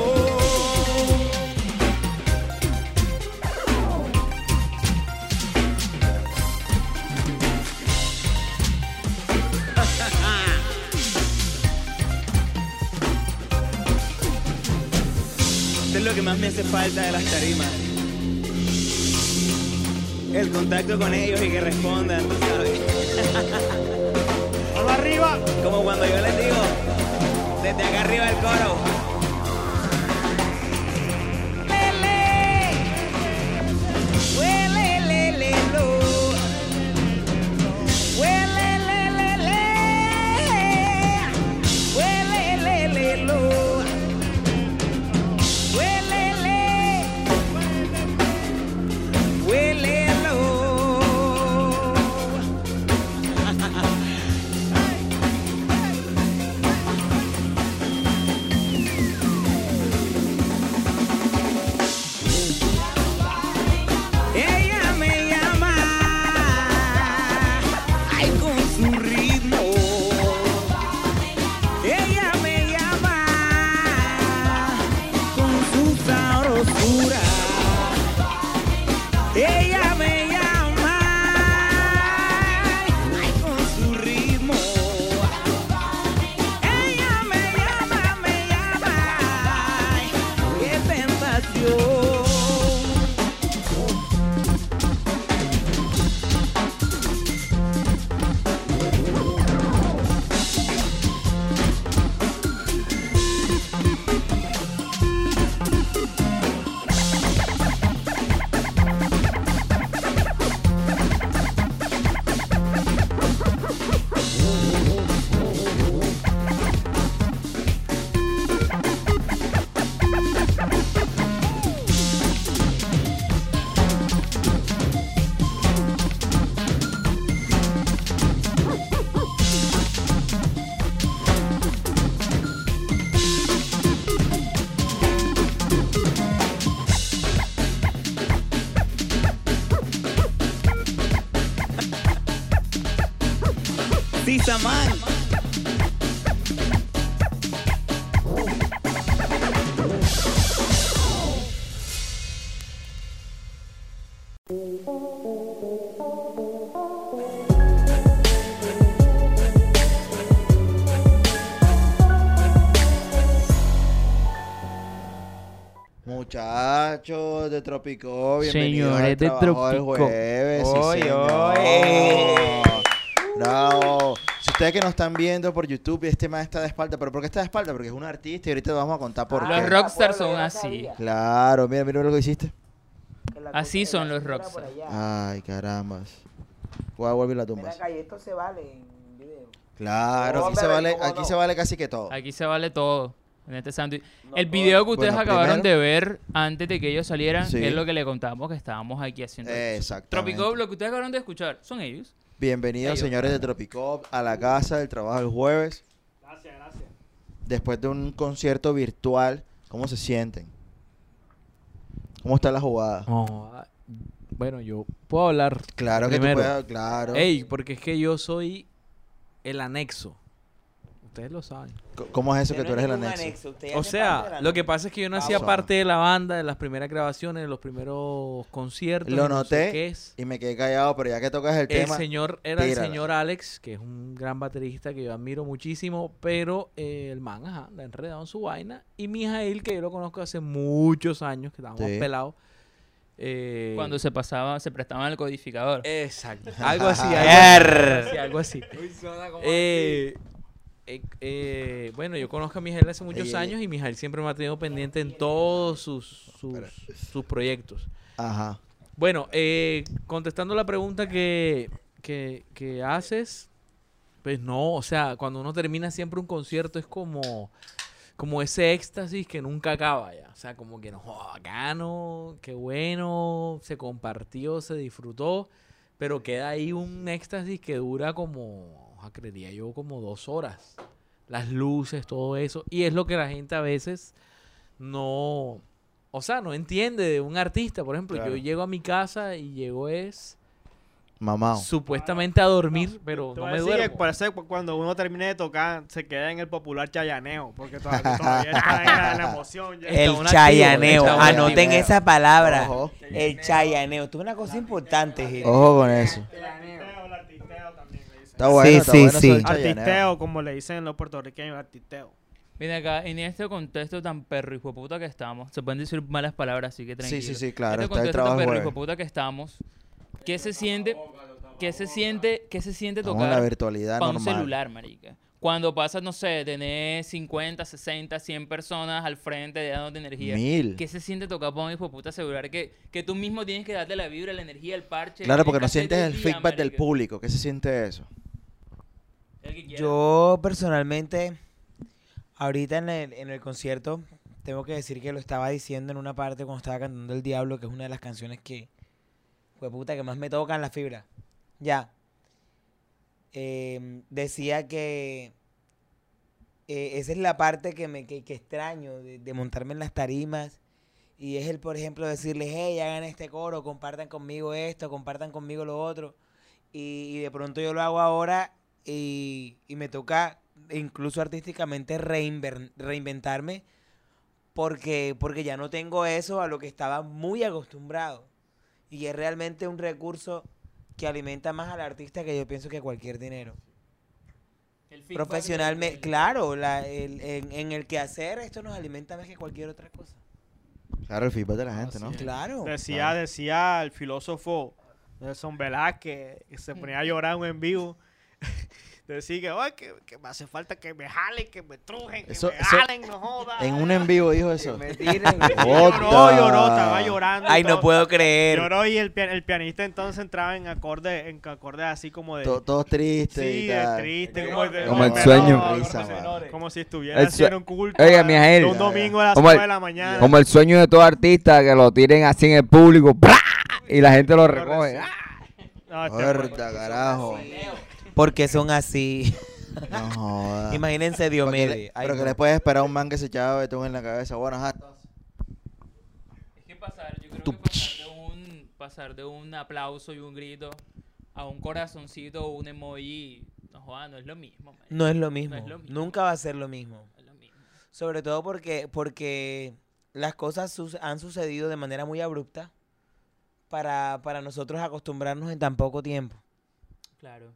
S5: Esto es lo que más me hace falta de las tarimas. El contacto con ellos y que respondan, tú sabes. ¡Vamos arriba! Como cuando yo les digo, desde acá arriba el coro. Lele, huele, lele, lo. Huele, lele, le. Huele, lele, lo. Huélele, huélelo.
S6: Sisaman.
S1: Muchachos de Tropicó, bienvenidos
S2: Señores
S1: al
S2: de
S1: trabajo del
S2: Tropicó.
S1: jueves. sí,
S2: Oy,
S1: señor.
S2: oy.
S1: Bravo. Si ustedes que nos están viendo por YouTube, este man está de espalda. ¿Pero por qué está de espalda? Porque es un artista y ahorita vamos a contar por
S2: Los
S1: qué.
S2: rockstars son así.
S1: Claro, mira, mira lo que hiciste.
S2: Así son los rockstars.
S1: Ay, carambas. Voy a volver la tumba.
S5: calle, esto se vale en video.
S1: Claro, aquí
S5: Hombre,
S1: se vale,
S5: ¿cómo
S1: aquí
S5: no?
S1: se vale casi que todo.
S2: Aquí se vale todo. En este sándwich. el video que ustedes
S1: Bueno,
S2: acabaron
S1: primero-
S2: de ver antes de que ellos salieran
S1: Sí.
S2: es lo que le contamos que estábamos aquí haciendo.
S1: Exactamente.
S2: Tropicó, lo que ustedes acabaron de escuchar son ellos.
S1: Bienvenidos,
S2: Ellos.
S1: señores de Tropicop, a la casa del trabajo el jueves.
S7: Gracias, gracias.
S1: Después de un concierto virtual, ¿cómo se sienten? ¿Cómo está la jugada?
S8: No, ah, bueno, yo puedo hablar.
S1: Claro que tú
S8: primero.
S1: puedes- claro.
S8: Ey, porque es que yo soy el anexo. Ustedes lo saben.
S1: C- ¿Cómo es eso
S5: Usted
S1: que
S5: no
S1: tú eres el
S5: ningún
S1: anexo?
S5: usted
S8: O
S5: hace parte
S8: sea,
S5: de la
S8: lo que
S5: nota.
S8: pasa es que yo no hacía
S1: Pausa.
S8: parte de la banda, de las primeras grabaciones, de los primeros conciertos.
S1: Lo
S8: de no sé
S1: noté
S8: qué es.
S1: y me quedé callado, pero ya que tocas el,
S8: El
S1: tema,
S8: señor era el
S1: tírala.
S8: señor Alex, que es un gran baterista que yo admiro muchísimo, pero eh, el man, ajá, la ha enredado en su vaina. Y Mijail, que yo lo conozco hace muchos años, que estábamos
S1: Sí.
S8: pelados. eh,
S2: Cuando se pasaba, se prestaban al codificador.
S8: Exacto. Algo así, algo así. algo así. Eh, eh, eh, bueno, yo conozco a Mijael hace muchos
S1: Ey, ey,
S8: años y Mijael siempre me ha tenido pendiente en todos sus, sus, sus proyectos.
S1: ajá,
S8: Bueno, eh, contestando la pregunta que, que, que haces, pues no, o sea, cuando uno termina siempre un concierto es como, como ese éxtasis que nunca acaba ya. O sea, como que no, oh, bacano, qué bueno, se compartió, se disfrutó, pero queda ahí un éxtasis que dura como, o sea, creería yo, como dos horas. Las luces, todo eso. Y es lo que la gente a veces no, o sea, no entiende de un artista. Por ejemplo,
S1: Claro.
S8: yo llego a mi casa y llego es Oh.
S1: mamao.
S8: supuestamente a dormir, pero
S7: Te
S8: no
S7: voy a
S8: me
S7: decir que
S8: duermo.
S7: parece que cuando uno termine de tocar, se queda en el popular chayaneo, porque todavía, todavía está en la, en la emoción.
S1: Eh.
S7: ya.
S8: Está
S5: El
S8: un activo,
S5: chayaneo.
S8: está un
S5: Anoten
S1: activo.
S5: esa palabra.
S1: Ojo,
S5: El chayaneo. Esto es una cosa importante, gente.
S1: ojo con eso.
S7: El artisteo, el artisteo también le dicen.
S1: Está bueno,
S5: Sí,
S1: está
S5: sí,
S1: bueno eso
S5: sí.
S1: del chayaneo.
S7: Artisteo, como le dicen los puertorriqueños, artisteo.
S2: Mira acá, en este contexto tan perro hijo de puta que estamos, se pueden decir malas palabras, así que
S1: Sí,
S2: tranquilo.
S1: sí, sí, claro, está
S2: este
S1: el
S2: contexto
S1: trabajo
S2: tan
S1: el
S2: perro hijo de
S1: jueves.
S2: puta que estamos, ¿qué se siente, qué se siente, qué se siente
S1: Estamos en la
S2: tocar
S1: virtualidad
S2: para
S1: normal.
S2: un celular, marica? Cuando pasas, no sé, tener 50, 60, 100 personas al frente de dándote energía.
S1: Mil.
S2: ¿Qué se siente tocar para un hijo de puta celular? Que, que tú mismo tienes que darle la vibra, la energía, el parche.
S1: Claro,
S2: el
S1: porque no
S2: cassette
S1: sientes
S2: del
S1: el
S2: día,
S1: feedback del
S2: marica.
S1: público. ¿Qué se siente eso?
S2: El que quiera.
S5: Yo personalmente, ahorita en el, en el concierto, tengo que decir que lo estaba diciendo en una parte cuando estaba cantando El Diablo, que es una de las canciones que, puta, que más me tocan la fibra. Ya. Eh, decía que eh, esa es la parte que me que, que extraño de, de montarme en las tarimas. Y es el, por ejemplo, decirles, hey, hagan este coro, compartan conmigo esto, compartan conmigo lo otro y, y de pronto yo lo hago ahora y, y me toca incluso artísticamente reinver- reinventarme porque, porque ya no tengo eso a lo que estaba muy acostumbrado. Y es realmente un recurso que alimenta más al artista que yo pienso que cualquier dinero.
S2: El feedback
S5: Profesionalmente,
S2: del-
S5: claro, la- el- en, en el quehacer esto nos alimenta más que cualquier otra cosa.
S1: Claro, el feedback de la gente, ¿no?
S5: Claro.
S7: Decía, decía el filósofo Nelson Velázquez, que se ponía a llorar en un en vivo. decía que, "Ay, que, que me hace falta que me jalen, que me trujen, que
S1: Eso-
S7: me
S1: eso-
S7: jalen, no jodas.
S1: En un en vivo dijo eso.
S7: Y Lloró,
S1: Ota.
S7: lloró, estaba llorando.
S5: Ay, no
S7: entonces-
S5: puedo creer.
S7: Lloró y el, pia- el pianista entonces entraba en acordes en acordes así como de...
S1: To- Todos tristes
S7: sí,
S1: y
S7: de
S1: tal.
S7: triste, como, de-
S9: Como el
S7: de-
S9: sueño.
S7: no,
S1: Risa,
S7: como, si-
S1: mano.
S7: como si estuviera
S9: El
S7: haciendo
S9: sue-
S7: un culto
S9: Oiga,
S7: a-
S9: Mijael.
S7: de un domingo a las
S9: Como
S7: 9
S9: el-
S7: de la mañana.
S9: Como el sueño de todo artista que lo tiren así en el público ¡bra! y la gente lo
S7: recibe.
S9: recoge. ¡Ah!
S7: No, este fue-
S1: Horta, carajo.
S5: Porque son así.
S1: No jodas.
S5: Imagínense
S1: Pero que le-
S5: Diomedes. Ay,
S1: Pero que
S5: no.
S1: le puedes esperar a un man que se echaba betún en la cabeza. Bueno, ajá.
S2: Es que pasar, yo creo que pasar de un, pasar de un aplauso y un grito a un corazoncito o un emoji, no joda, no es lo mismo. marico.
S5: No es lo mismo.
S2: lo mismo.
S5: Nunca va a ser lo mismo.
S2: No es lo mismo.
S5: Sobre todo porque, porque las cosas sus- han sucedido de manera muy abrupta para, para nosotros acostumbrarnos en tan poco tiempo.
S2: Claro.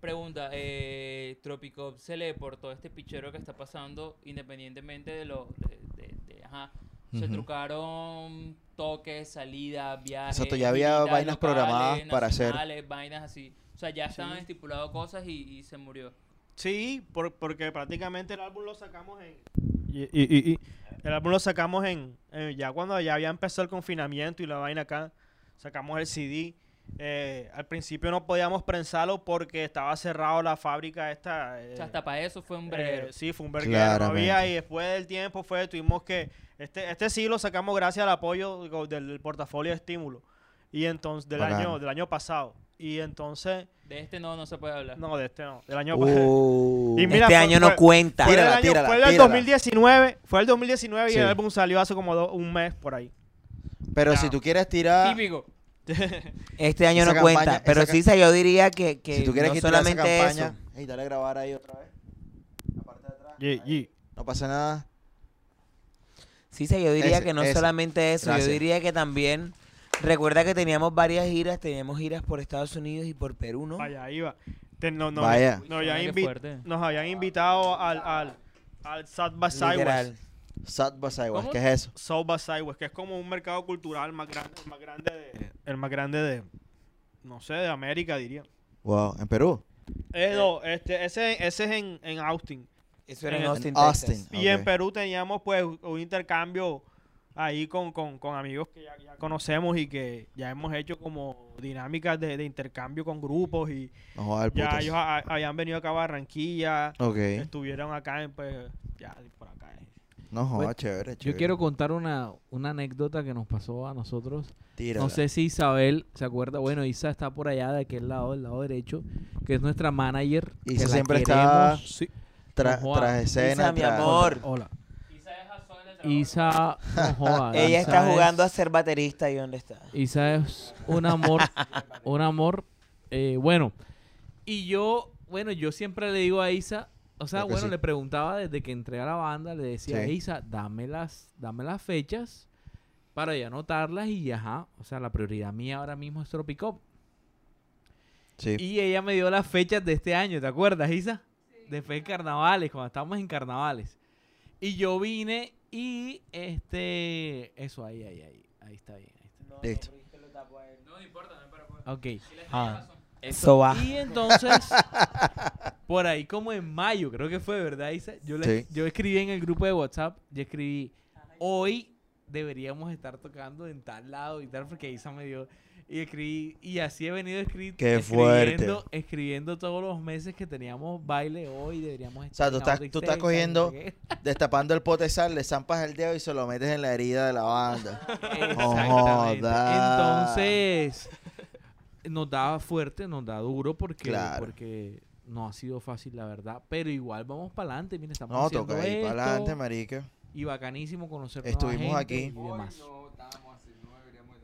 S2: Pregunta, eh, Tropicop se le por todo este pichero que está pasando independientemente de lo... De, de- de- ajá. Se
S1: Ujú.
S2: trucaron toques, salidas, viajes.
S1: Exacto, ya había
S2: visitas
S1: vainas programadas para hacer.
S2: nacionales, Vainas así. O sea, ya estaban estipulado cosas y, y se murió.
S7: Sí, por- porque prácticamente el álbum lo sacamos en... Y, y- y- y- el álbum lo sacamos en, en- Ya cuando ya había empezado el confinamiento y la vaina acá, sacamos el CD. Eh, al principio no podíamos prensarlo porque estaba cerrado la fábrica esta...
S2: O
S7: eh,
S2: sea, hasta para eso fue un
S7: eh,
S2: breve.
S7: sí, fue un verguero. no había,
S1: Claramente.
S7: y después del tiempo fue, tuvimos que... Este, este sí lo sacamos gracias al apoyo digo, del, del portafolio de estímulo. Y entonces, del,
S1: Bacán.
S7: año, del año pasado. Y entonces...
S2: De este no, no se puede hablar.
S7: No, de este no. Del año pasado.
S1: Uh,
S7: Y
S5: este
S7: mira, fue-
S5: año no
S7: fue-
S5: cuenta.
S7: Fue del
S1: Tírala,
S7: año-
S1: tírala,
S7: fue del
S1: tírala.
S7: 2019, fue el 2019
S1: Sí.
S7: y el álbum salió hace como do- un mes por ahí.
S1: pero si tú quieres tirar...
S2: Típico.
S5: Este año
S1: Esa
S5: no cuenta.
S1: campaña-
S5: pero
S1: esa
S5: sí,
S1: ca-
S5: yo diría que, que
S1: si tú quieres
S5: no
S1: que tirar esa
S5: solamente
S1: campaña...
S5: eso.
S1: Ey, dale a grabar ahí otra vez. La parte de atrás. ahí.
S7: Ye- ye.
S1: No pasa nada.
S5: Sí, sí, yo diría
S1: Ese-
S5: que no
S1: ese.
S5: solamente eso,
S1: Gracias.
S5: yo diría que también recuerda que teníamos varias giras, teníamos giras por Estados Unidos y por Perú, ¿no?
S7: Vaya, iba. Te- no, no,
S1: Vaya.
S7: nos habían
S2: Qué
S7: invi-
S2: fuerte.
S7: nos habían invitado al, al, al South by
S5: Literal.
S7: Sideways.
S1: Sad by Sideways,
S2: ¿Cómo?
S1: ¿qué es eso?
S7: South by Sideways, que es como un mercado cultural más grande, el más grande
S1: Eh.
S7: de, el más grande de no sé, de América diría.
S1: Wow, en Perú.
S7: Eh, no, este, ese, ese es en, en Austin.
S5: Eso era en
S7: En
S5: Austin,
S1: Austin.
S5: Texas.
S7: Y
S1: Ok.
S7: en Perú teníamos pues un intercambio ahí con, con, con amigos que ya, ya conocemos y que ya hemos hecho como dinámicas de, de intercambio con grupos y
S1: No jodas,
S7: ya
S1: putas.
S7: ellos a- habían venido acá a Barranquilla,
S1: Ok.
S7: estuvieron acá en pues ya por acá. eh.
S1: No jodas,
S8: Bueno,
S1: chévere,
S8: Yo
S1: chévere.
S8: quiero contar una, una anécdota que nos pasó a nosotros.
S1: Tírala.
S8: No sé si Isabel se acuerda. Bueno, Isa está por allá de aquel lado, del lado derecho, que es nuestra manager. que
S1: Isa
S8: la
S1: siempre está-
S8: queremos. Sí.
S1: Tra-
S8: No jodas.
S1: tras escena,
S5: Isa, mi
S1: tras-
S5: amor.
S8: Hola.
S2: Isa es Azul de trabajo.
S8: Isa, no jodas,
S5: Ella está
S8: Isa es-
S5: jugando a ser baterista y dónde está.
S8: Isa es un amor, un amor eh, bueno. Y yo, bueno, yo siempre le digo a Isa, o sea,
S1: Creo que
S8: bueno,
S1: sí.
S8: le preguntaba desde que entré a la banda, le decía,
S1: Sí.
S8: Isa, dame las, dame las fechas para ya anotarlas y ajá, o sea, la prioridad mía ahora mismo es Tropicop.
S1: Sí.
S8: Y ella me dio las fechas de este año, ¿te acuerdas, Isa? Después de carnavales, cuando estábamos en carnavales. Y yo vine y este. Eso, ahí, ahí, ahí. Ahí está bien. Ahí está.
S1: Listo.
S8: Ok.
S5: Ah.
S8: Eso.
S5: So va.
S8: Y entonces, por ahí como en mayo, creo que fue, ¿verdad, Isa? Yo, le-
S1: Sí.
S8: yo escribí en el grupo de WhatsApp, yo escribí, hoy deberíamos estar tocando en tal lado y tal, porque Isa me dio... Y escribí, y así he venido escri-
S1: Qué
S8: escribiendo, escribiendo todos los meses que teníamos baile hoy, deberíamos estar...
S1: tú
S8: en
S1: estás-
S8: Outtakes
S1: tú estás
S8: Texas, no sé
S1: cogiendo-
S8: qué.
S1: Destapando el pote de sal, le zampas el dedo y se lo metes en la herida de la banda.
S8: Exactamente.
S1: joda.
S8: Entonces, nos da fuerte, nos da duro porque,
S1: Claro.
S8: porque no ha sido fácil, la verdad. Pero igual vamos para adelante. Mira, estamos
S1: No,
S8: haciendo
S1: toca ir para
S8: esto,
S1: adelante, marica.
S8: Y bacanísimo conocer nueva
S1: Estuvimos
S8: gente
S1: aquí.
S8: y demás.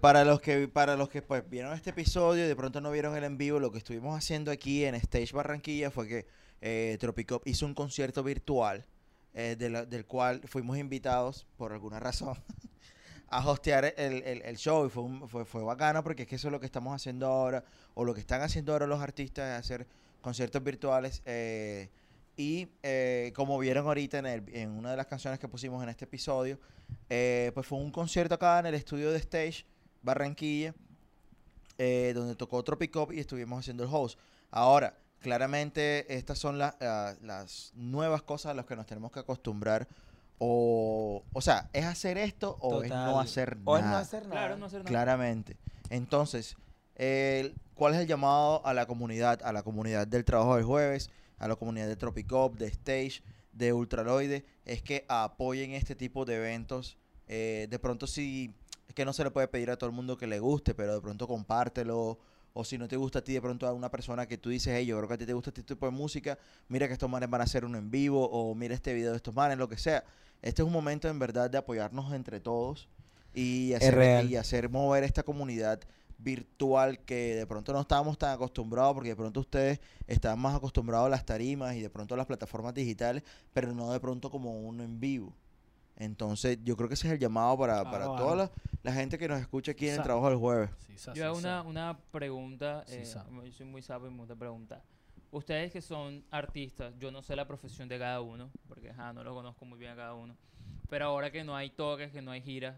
S1: Para los que para los que pues, vieron este episodio y de pronto no vieron el en vivo, lo que estuvimos haciendo aquí en Stage Barranquilla fue que eh, Tropicop hizo un concierto virtual eh, de la- del cual fuimos invitados por alguna razón a hostear el, el- el show y fue, un- fue, fue bacano porque es que eso es lo que estamos haciendo ahora o lo que están haciendo ahora los artistas es hacer conciertos virtuales eh, y eh, como vieron ahorita en, el- en una de las canciones que pusimos en este episodio, eh, pues fue un concierto acá en el estudio de Stage Barranquilla, eh, donde tocó Tropicop y estuvimos haciendo el host. Ahora, claramente estas son las, ah, las nuevas cosas a las que nos tenemos que acostumbrar. O, o sea, ¿es hacer esto o es no
S5: Total.
S1: hacer nada?
S5: O es no hacer nada.
S2: Claro, no hacer nada.
S1: Claramente. Entonces, el- ¿cuál es el llamado a la comunidad? A la comunidad del trabajo del jueves, a la comunidad de Tropicop, de Stage, de Ultraloide, es que apoyen este tipo de eventos. Eh, de pronto sí, es que no se le puede pedir a todo el mundo que le guste, pero de pronto compártelo. O si no te gusta a ti, de pronto a una persona que tú dices, hey, yo creo que a ti te gusta este tipo de música, mira que estos manes van a hacer uno en vivo, o mira este video de estos manes, lo que sea. Este es un momento en verdad de apoyarnos entre todos y hacer,
S5: real.
S1: y hacer mover esta comunidad virtual que de pronto no estábamos tan acostumbrados porque de pronto ustedes estaban más acostumbrados a las tarimas y de pronto a las plataformas digitales, pero no de pronto como uno en vivo. Entonces, yo creo que ese es el llamado para,
S10: Claro,
S1: para
S10: claro.
S1: toda la, la gente que nos escucha aquí en el
S10: Sa-
S1: trabajo del jueves.
S10: Sí, sa,
S2: Yo
S10: sí,
S2: hago
S10: sa.
S2: una, una pregunta.
S10: Sí,
S2: eh,
S10: sabe.
S2: yo soy muy sabio y me gusta preguntar. Ustedes que son artistas, yo no sé la profesión de cada uno, porque ajá, no lo conozco muy bien a cada uno. Pero ahora que no hay toques, que no hay giras,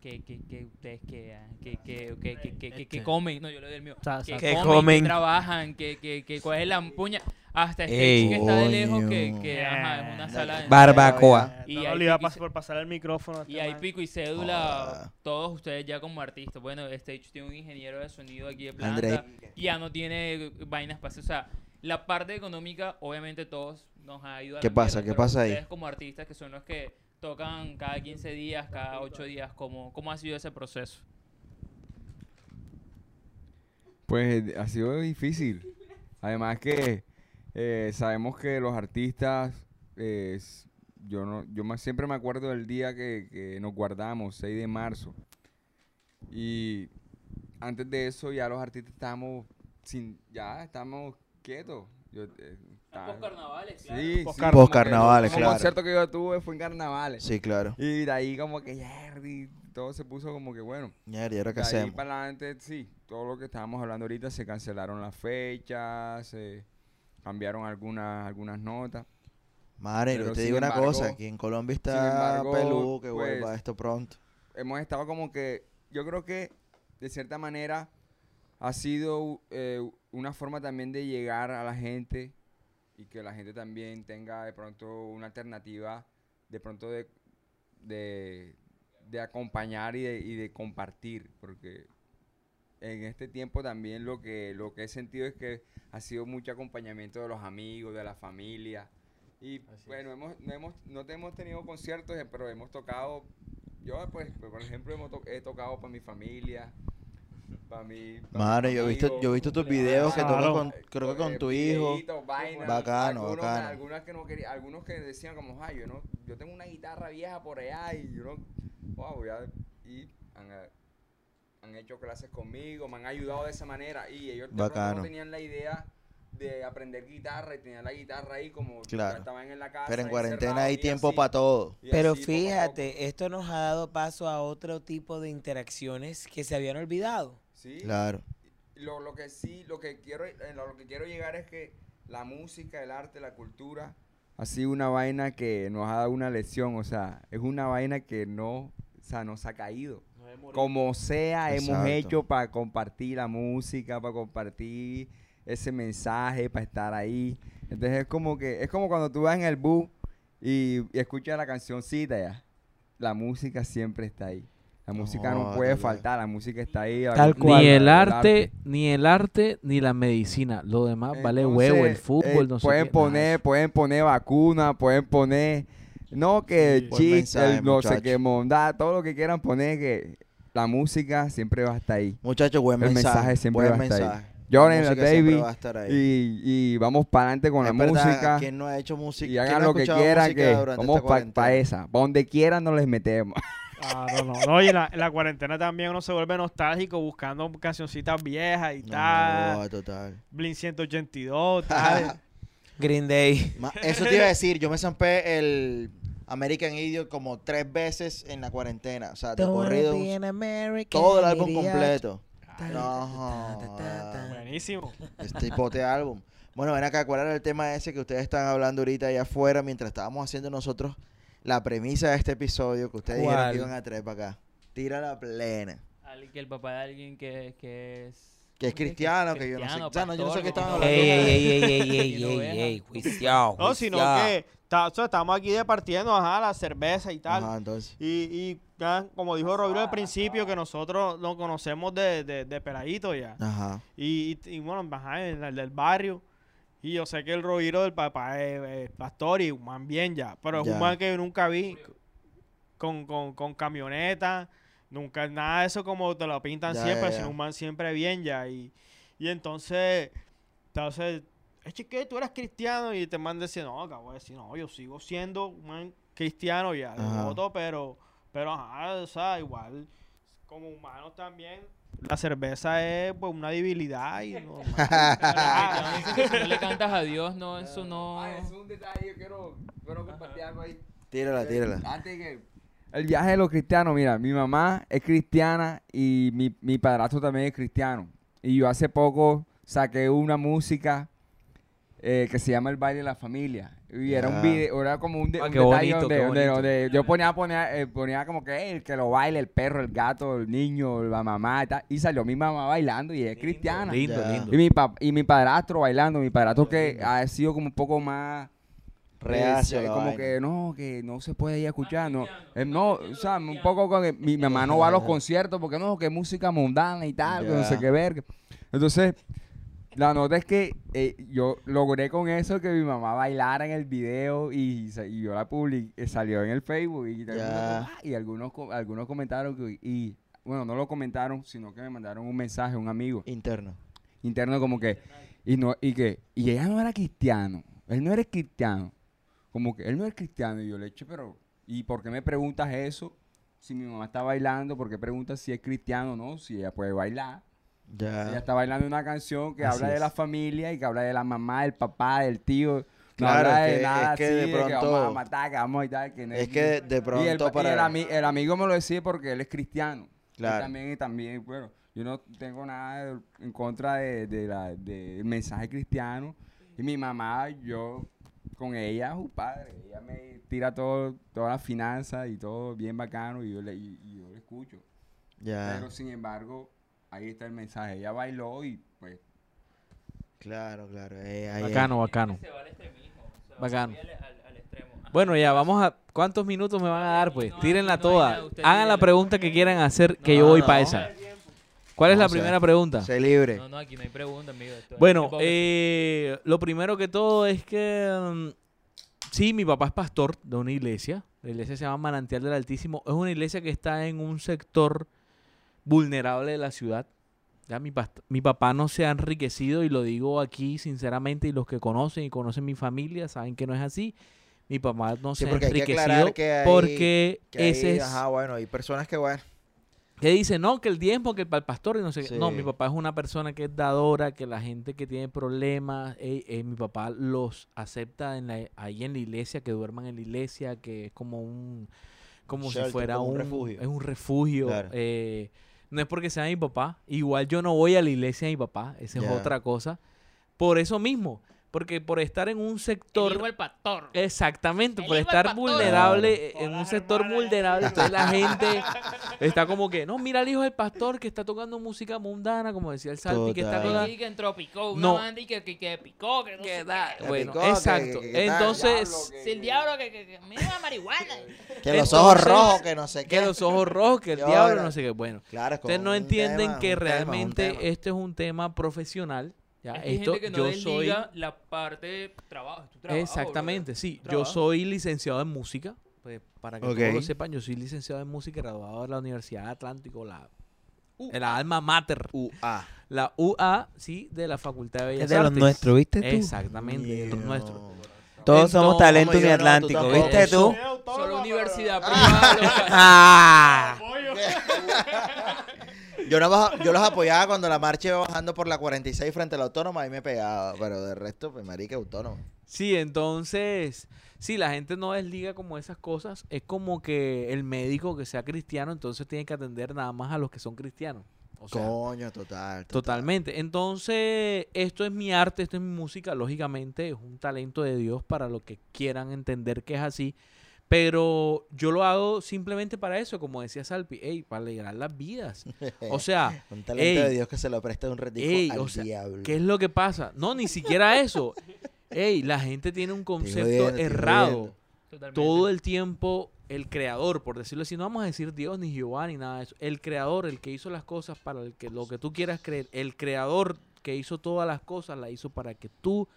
S2: que, que, que ustedes que, ah, que, que, que, que, que, que- que
S7: Este.
S2: comen, no, yo le doy el mío.
S7: Sa-
S2: Que
S7: sa-
S5: Que
S2: comen,
S5: comen.
S2: que trabajan, que, que, que cuál es la puña. Hasta este
S5: Ey.
S2: chico que está de lejos, que,
S1: Coño.
S2: que ajá, en
S10: Eh,
S2: una sala. de-
S5: Barbacoa.
S7: Eh,
S2: Y
S7: no,
S2: ahí
S7: no le iba a
S2: y
S7: pas-
S2: se-
S7: por pasar el micrófono. a este
S2: Y hay
S7: man.
S2: pico y cédula,
S1: Ah.
S2: todos ustedes ya como artistas. Bueno, Stage tiene un ingeniero de sonido aquí de planta.
S1: Andrei.
S2: Ya no tiene vainas para hacer. O sea, la parte económica, obviamente todos nos ha ido a la
S1: ¿Qué pasa?
S2: mierda,
S1: ¿Qué
S2: pero
S1: pasa ahí?
S2: Ustedes como artistas que son los que tocan cada 15 días, cada 8 días, ¿cómo, cómo ha sido ese proceso?
S9: Pues ha sido difícil. Además que eh, sabemos que los artistas, eh, s- yo no, yo más siempre me acuerdo del día que, que nos guardamos, 6 de marzo. Y antes de eso ya los artistas estábamos sin, ya estábamos quietos. Yo, eh, estaba-
S2: carnavales,
S9: sí,
S7: Poscar-
S9: como que
S1: Poscarnavales,
S9: el último
S1: claro.
S9: concierto que yo tuve fue en carnavales.
S1: Sí, claro.
S9: Y de ahí como que yerdi, todo se puso como que bueno.
S1: Ñer, ¿Y ahora qué
S9: De ahí
S1: hacemos?
S9: para adelante, sí, todo lo que estábamos hablando ahorita, se cancelaron las fechas, se cambiaron algunas, algunas notas.
S1: Madre, yo
S9: Pero
S1: te
S9: sin
S1: digo una
S9: embargo-
S1: cosa, aquí en Colombia está
S9: embargo,
S1: peludo que
S9: pues,
S1: vuelva esto pronto.
S9: Hemos estado como que, yo creo que de cierta manera ha sido eh, una forma también de llegar a la gente y que la gente también tenga de pronto una alternativa, de pronto de, de, de acompañar y de, y de compartir, porque en este tiempo también lo que, lo que he sentido es que ha sido mucho acompañamiento de los amigos, de la familia. Y bueno, hemos, no, hemos, no te- hemos tenido conciertos, eh, pero hemos tocado, yo pues, pues, por ejemplo, hemos to- he tocado para mi familia, para mi... pa' mis
S1: Madre, yo he visto,
S9: amigos. Eh,
S1: yo he visto tus videos que
S7: Claro.
S1: tocas con, creo que con tu hijo. Bacano,
S9: algunos,
S1: bacano.
S9: Algunos que, no quería- algunos que decían como, "Ay, yo, no, yo tengo una guitarra vieja por allá y yo no... wow, voy a-". y han, eh, han hecho clases conmigo, me han ayudado de esa manera y ellos de pronto
S1: Bacano.
S9: no tenían la idea de aprender guitarra y tenían la guitarra ahí como
S1: Claro.
S9: estaban en la casa.
S1: Pero en
S9: encerrados
S1: cuarentena hay
S9: y
S1: tiempo
S9: así,
S1: para todo.
S9: y
S5: Pero
S9: así, poco a poco.
S5: fíjate, esto nos ha dado paso a otro tipo de interacciones que se habían olvidado.
S9: Sí,
S1: Claro.
S9: lo, lo que sí, lo que quiero, eh, lo lo que quiero llegar es que la música, el arte, la cultura ha sido una vaina que nos ha dado una lección, o sea, es una vaina que no, o sea, nos ha caído. Como sea, hemos
S1: Exacto.
S9: hecho para compartir la música, para compartir ese mensaje, para estar ahí. Entonces es como que, es como cuando tú vas en el bus y, y escuchas la cancioncita ya. La música siempre está ahí. La música no,
S1: Joder,
S9: puede
S1: loco.
S9: faltar, la música está ahí. la
S5: Tal
S9: cultura,
S5: cual.
S8: Ni el
S9: arte.
S8: arte, ni el arte, ni la medicina. Lo demás vale
S9: Entonces,
S8: huevo, el
S9: eh,
S8: fútbol, no sé
S9: pueden
S8: qué, nada de
S9: poner,
S8: eso.
S9: pueden poner vacuna, pueden poner no que
S7: Sí.
S9: el
S1: Buen
S9: chiste,
S1: mensaje,
S9: el no sé
S1: muchacho.
S9: qué mondá, todo lo que quieran poner que la música siempre va a estar ahí.
S1: Muchachos, buen
S9: El
S1: mensaje.
S9: mensaje siempre
S1: buen
S9: va a estar ahí.
S1: mensaje. La
S9: Lloren la
S1: música siempre
S9: baby
S1: va a estar ahí.
S9: y, y vamos para adelante con la
S1: Es verdad,
S9: música
S1: ¿Quién no ha hecho música?
S9: y
S1: ¿Quién no
S9: hagan
S1: ha
S9: lo que
S1: escuchado
S9: quieran
S1: música
S9: que
S1: durante
S9: vamos
S1: esta
S9: para
S1: cuarentena?
S9: esa, pa' donde quieran nos les metemos.
S7: Claro, no. no y la, la cuarentena también uno se vuelve nostálgico buscando cancioncitas viejas y
S1: No,
S10: Ah.
S7: tal.
S1: total.
S7: Blink 182, tal.
S5: Green Day.
S1: Ma- Eso te iba a decir, yo me zampé el American Idiot como tres veces en la cuarentena. O sea, de
S5: Don't wanna
S1: corrido.
S5: be an American
S1: Todo el álbum
S5: idiot.
S1: completo.
S5: Ta,
S1: No,
S5: ta, ta, ta, ta.
S1: joda.
S7: Buenísimo.
S1: este tipo de álbum. Bueno, ven acá, ¿cuál era el tema ese que ustedes están hablando ahorita allá afuera mientras estábamos haciendo nosotros la premisa de este episodio que ustedes dijeron
S5: ¿Cuál?
S1: que iban a traer para acá? Tira la plena.
S2: Al- que el papá de alguien que, que es...
S1: Que es
S2: ¿cómo
S1: cristiano, que yo no sé-
S2: cristiano,
S1: o sea, no, yo no sé
S2: pastor,
S1: qué estaban
S2: como-
S1: hablando.
S5: Ey, ey, ey, ey, ey,
S2: Ni
S5: ey,
S2: lo
S5: ey,
S2: vean.
S5: ey, juiciao,
S7: No, sino
S5: juiciao.
S7: que ta- o sea, estamos aquí departiendo, ajá, la cerveza y tal.
S1: Ajá, entonces.
S7: Y, y ya, como dijo Rodrigo al principio, que nosotros nos conocemos de, de, de peladito ya.
S1: Ajá.
S7: Y, y- y bueno, ajá, en el del barrio. Y yo sé que el Rodrigo del papá es, es pastor y un man bien ya. Pero es
S1: Ya.
S7: un man que yo nunca vi con, con, con camioneta. Nunca, nada de eso como te lo pintan
S1: Ya,
S7: siempre,
S1: ya, ya.
S7: sino un man siempre bien ya. Y, y entonces, entonces, es que tú eras cristiano y te man diciendo, no, acabo de decir, no, yo sigo siendo un man cristiano ya,
S1: Ajá.
S7: devoto, pero, pero, ajá, o sea, igual, como humanos también, La cerveza es pues, una debilidad y no,
S2: Ah, dicen que si no le cantas a Dios, no, eso no.
S9: Ah, es un detalle, yo quiero, quiero compartir algo ahí.
S1: Tírala,
S9: Eh,
S1: tírala.
S9: Antes que... El viaje de los cristianos, mira, mi mamá es cristiana y mi, mi padrastro también es cristiano. Y yo hace poco saqué una música eh, que se llama El Baile de la Familia. Y era
S1: Ya.
S9: un video, era como un, de-
S8: Ah,
S9: un
S8: qué
S9: detalle
S8: bonito,
S9: donde,
S8: qué
S9: donde-
S8: bonito.
S9: donde yo ponía, ponía, eh, ponía como que "Ey, el que lo baile, el perro, el gato, el niño, la mamá y tal. Y salió mi mamá bailando y es cristiana.
S8: Lindo,
S1: Ya.
S8: lindo.
S9: Y mi, pap- y mi padrastro bailando, mi padrastro que ha sido como un poco más...
S1: Reacio.
S9: eh,
S1: la
S9: como
S1: vaina.
S9: que no, que no se puede ir a escuchar. No, Eh, no o sea, un poco con que mi mamá no va a los conciertos porque no, que música mundana y tal, que no sé
S1: Ya.
S9: qué verga. Entonces, la nota es que eh, yo logré con eso que mi mamá bailara en el video y, sa- y yo la publiqué, salió en el Facebook y, todo el mundo
S1: Ya.
S9: como, "Ah", y algunos, co- algunos comentaron que- y, bueno, no lo comentaron, sino que me mandaron un mensaje, un amigo
S1: Interno.
S9: interno como que y no y que y ella no era cristiano él no era cristiano como que él no es cristiano y yo le eché pero y por qué me preguntas eso si mi mamá está bailando por qué preguntas si es cristiano o no si ella puede bailar ella
S1: Ya.
S9: está bailando una canción que
S1: Así
S9: habla de
S1: es.
S9: la familia y que habla de la mamá del papá del tío no
S1: Claro,
S9: habla
S1: es
S9: de
S1: que-
S9: nada
S1: es que
S9: así
S1: de
S9: de que vamos
S1: pronto-
S9: a matar que vamos a matar que no
S1: Es que de, de
S9: y el,
S1: pronto
S9: y el
S1: para.
S9: ami- el amigo me lo decía porque él es cristiano. Él
S1: Claro.
S9: también, y también, bueno, yo no tengo nada de- en contra de, de la, de- del mensaje cristiano. Y mi mamá, yo con ella, su padre, ella me tira todo, todas las finanzas y todo bien bacano y yo le, y- y yo le escucho.
S1: Ya.
S9: Pero sin embargo, ahí está el mensaje. Ella bailó y pues
S1: Claro, claro. eh, ahí es.
S8: Bacano, bacano.
S2: Se va al extremismo. este o sea,
S8: Bacano.
S2: voy al- al- al extremo. Ah. Ajá.
S8: Bueno, ya, vamos a... ¿Cuántos minutos me van a dar, pues?
S2: No,
S8: Tírenla
S2: no hay
S8: toda.
S2: nada, usted
S8: Hagan la
S2: tírela.
S8: pregunta que quieran hacer, que
S2: No,
S8: yo voy
S1: no. pues.
S8: para esa. ¿Cuál es
S1: No,
S8: la
S1: o sea,
S8: primera pregunta?
S1: Sé libre.
S2: No, no, aquí no hay pregunta, amigo. esto es
S8: eh. Bueno,
S2: hipócrita.
S8: eh, lo primero que todo es que mm, sí, mi papá es pastor de una iglesia. La iglesia se llama Manantial del Altísimo. Es una iglesia que está en un sector vulnerable de la ciudad. Ya mi, past- mi papá no se ha enriquecido y lo digo aquí sinceramente y los que conocen y conocen mi familia saben que no es así. Mi papá no
S1: Sí,
S8: se ha
S1: porque hay que aclarar
S8: enriquecido
S1: que hay-
S8: porque
S1: Que
S8: ese
S1: ahí,
S8: es
S1: Ajá, bueno. Hay personas que, bueno.
S8: que dice, no, que el diezmo, que el pa'l pastor y no sé qué. No,
S1: Sí.
S8: mi papá es una persona que es dadora, que la gente que tiene problemas, eh, eh, mi papá los acepta en la- ahí en la iglesia, que duerman en la iglesia, que es como un, como si
S1: Shelter,
S8: fuera
S1: como
S8: un,
S1: un refugio.
S8: Es un refugio.
S1: Claro.
S8: eh, no es porque sea mi papá, igual yo no voy a la iglesia de mi papá, esa
S1: Ya.
S8: es otra cosa. Por eso mismo, porque por estar en un sector...
S2: El hijo del pastor.
S8: Eh, Exactamente,
S2: El hijo
S8: por
S2: del
S8: estar
S2: pastor.
S8: vulnerable
S7: Claro.
S8: en un
S7: Todas
S8: sector
S7: hermanas.
S8: vulnerable, entonces la gente está como que, no, mira el hijo del pastor que está tocando música mundana, como decía el Salpi, que está
S1: Total.
S8: tocando...
S2: Y que entró, picó una
S8: No.
S2: banda y que, que, que picó, que no sé qué. Eh,
S1: Que
S8: Bueno,
S1: picó, que-
S8: exacto.
S1: que- que tal.
S8: Entonces,
S2: Si el diablo que, que, que mira marihuana.
S1: Que los ojos
S8: Entonces,
S1: rojos, que no sé qué.
S8: que los ojos rojos, que el
S1: Yo
S8: diablo,
S1: era-
S8: no sé qué, bueno.
S1: Claro, es como
S8: Ustedes no
S1: un
S8: entienden
S1: tema,
S8: que
S1: un tema, un
S8: realmente
S1: tema.
S8: esto es un tema profesional. Ya,
S2: Es que hay
S8: esto
S2: gente que no
S8: yo soy...
S2: desliga la parte de trabajo. es tu trabajo,
S8: Exactamente, sí.
S2: Tu
S8: Yo
S2: trabajo.
S8: soy licenciado en música. pues, para que todos
S1: Ok.
S8: lo sepan, yo soy licenciado en música, graduado de la Universidad de Atlántico, la, el alma mater,
S1: Ah,
S8: la UA, sí, de la Facultad de Bellas
S5: Es de los
S8: Artes.
S5: nuestros, ¿viste tú?
S8: Exactamente, de los
S1: mierda.
S8: nuestros.
S5: Todos somos
S8: Entonces,
S5: talento
S1: yo no, tú
S5: uniatlántico,
S1: tampoco.
S5: ¿viste
S8: Eso.
S5: tú?
S2: brother. Solo universidad privada.
S5: ¡Ah!
S1: Yo, no bajo- yo los apoyaba cuando la marcha iba bajando por la 46 frente a la autónoma, ahí me pegaba, pero de resto, pues marica, autónoma.
S8: Sí, entonces, sí, la gente no desliga como esas cosas. Es como que el médico que sea cristiano, entonces tiene que atender nada más a los que son cristianos. O sea,
S1: Coño, total. total.
S8: Totalmente. Entonces, esto es mi arte, esto es mi música. Lógicamente, es un talento de Dios para los que quieran entender que es así. Pero yo lo hago simplemente para eso, como decía Salpi, ey, para alegrar las vidas. O sea,
S1: Un talento
S8: ey,
S1: de Dios que se lo presta un retico
S8: ey,
S1: al
S8: o sea,
S1: diablo.
S8: ¿qué es lo que pasa? No, ni siquiera eso. Ey, la gente tiene un concepto
S1: jodiendo, estoy
S8: errado.
S1: jodiendo.
S8: Todo el tiempo, el creador, por decirlo así, no vamos a decir Dios ni Jehová ni nada de eso. El creador, el que hizo las cosas para el que, lo que tú quieras creer, el creador que hizo todas las cosas, la hizo para que tú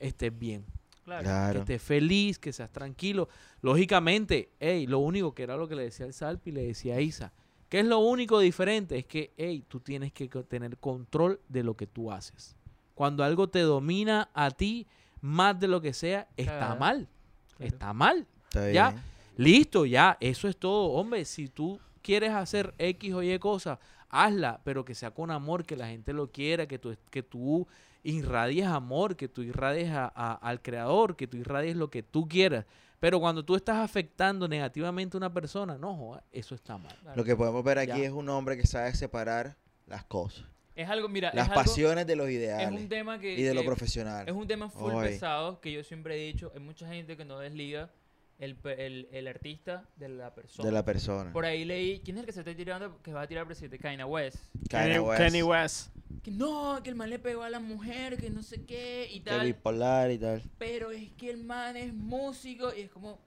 S8: estés bien que
S1: Claro.
S8: estés feliz, que seas tranquilo. Lógicamente, ey, lo único que era lo que le decía el Salpi, le decía a Isa, que es lo único diferente, es que, ey, tú tienes que co- tener control de lo que tú haces. Cuando algo te domina a ti, más de lo que sea, está
S2: Cagada.
S8: mal.
S2: Claro.
S8: Está mal.
S1: Está bien.
S8: ya. Listo, ya, eso es todo. Hombre, si tú quieres hacer X o Y cosas, hazla, pero que sea con amor, que la gente lo quiera, que tú, que tú irradies amor, que tú irradies a- a- al creador, que tú irradies lo que tú quieras. Pero cuando tú estás afectando negativamente a una persona, no, joda, eso está mal.
S1: Lo que podemos ver aquí
S8: Ya.
S1: es un hombre que sabe separar las cosas.
S2: Es algo, mira,
S1: las
S2: es algo-
S1: pasiones de los
S2: es
S1: ideales
S2: un tema que,
S1: y de lo
S2: que-
S1: profesional.
S2: Es un tema full
S1: Oy.
S2: pesado que yo siempre he dicho. Hay mucha gente que no desliga el, pe- el, el artista de la persona.
S1: de la persona.
S2: Por ahí leí, ¿quién es el que se está tirando? Que va a tirar presidente Kanye West.
S1: Kanye West,
S7: Kenny West.
S2: Que no, que el man le pegó a la mujer, que no sé qué y
S1: que
S2: tal.
S1: bipolar y tal.
S2: Pero es que el man es músico y es como,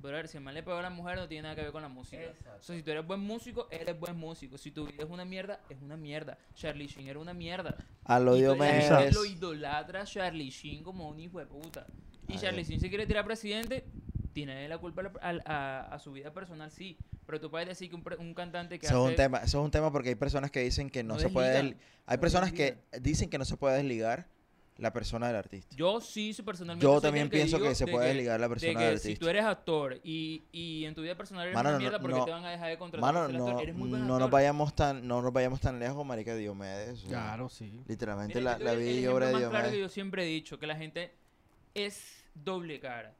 S2: brother, si el man le pegó a la mujer no tiene nada que ver con la música. O sea, si tú eres buen músico, eres buen músico. Si tu vida es una mierda, es una mierda. Charlie Sheen era una mierda.
S1: A lo
S2: Y to-
S1: Dios
S2: la
S1: me
S2: gente
S1: es.
S2: lo idolatra a Charlie Sheen como un hijo de puta. Y
S1: Ay. eh.
S2: Charlie Sheen se quiere tirar presidente, tiene la culpa a, la- a- a- a su vida personal, sí. Pero tú puedes decir que un, pre- un cantante que
S1: Eso es,
S2: hace...
S1: un tema, eso es un tema porque hay personas que dicen que no,
S2: No
S1: se puede...
S2: desligan,
S1: desli- Hay
S2: no
S1: personas que dicen que no se puede desligar la persona del artista.
S2: Yo sí, so- personalmente...
S1: Yo
S2: soy del
S1: también pienso que
S2: digo
S1: se
S2: de
S1: puede desligar la
S2: de
S1: persona
S2: que
S1: del
S2: Si tú
S1: artista.
S2: eres actor y, y en tu vida personal eres
S1: Mano,
S2: una
S1: no-
S2: mierda porque
S1: no-
S2: te van a dejar de contratar
S1: Mano,
S2: por ser
S1: no,
S2: actor, eres muy buen
S1: no nos
S2: actor.
S1: vayamos tan, no nos vayamos tan lejos, marica Diomedes. o sea,
S7: sí.
S1: Literalmente
S2: Mira,
S1: la,
S2: yo
S1: la
S2: te doy
S1: vida
S2: el
S1: y
S2: ejemplo
S1: obra de
S2: más claro que
S1: Diomedes.
S2: yo siempre he dicho, que la gente es doble cara.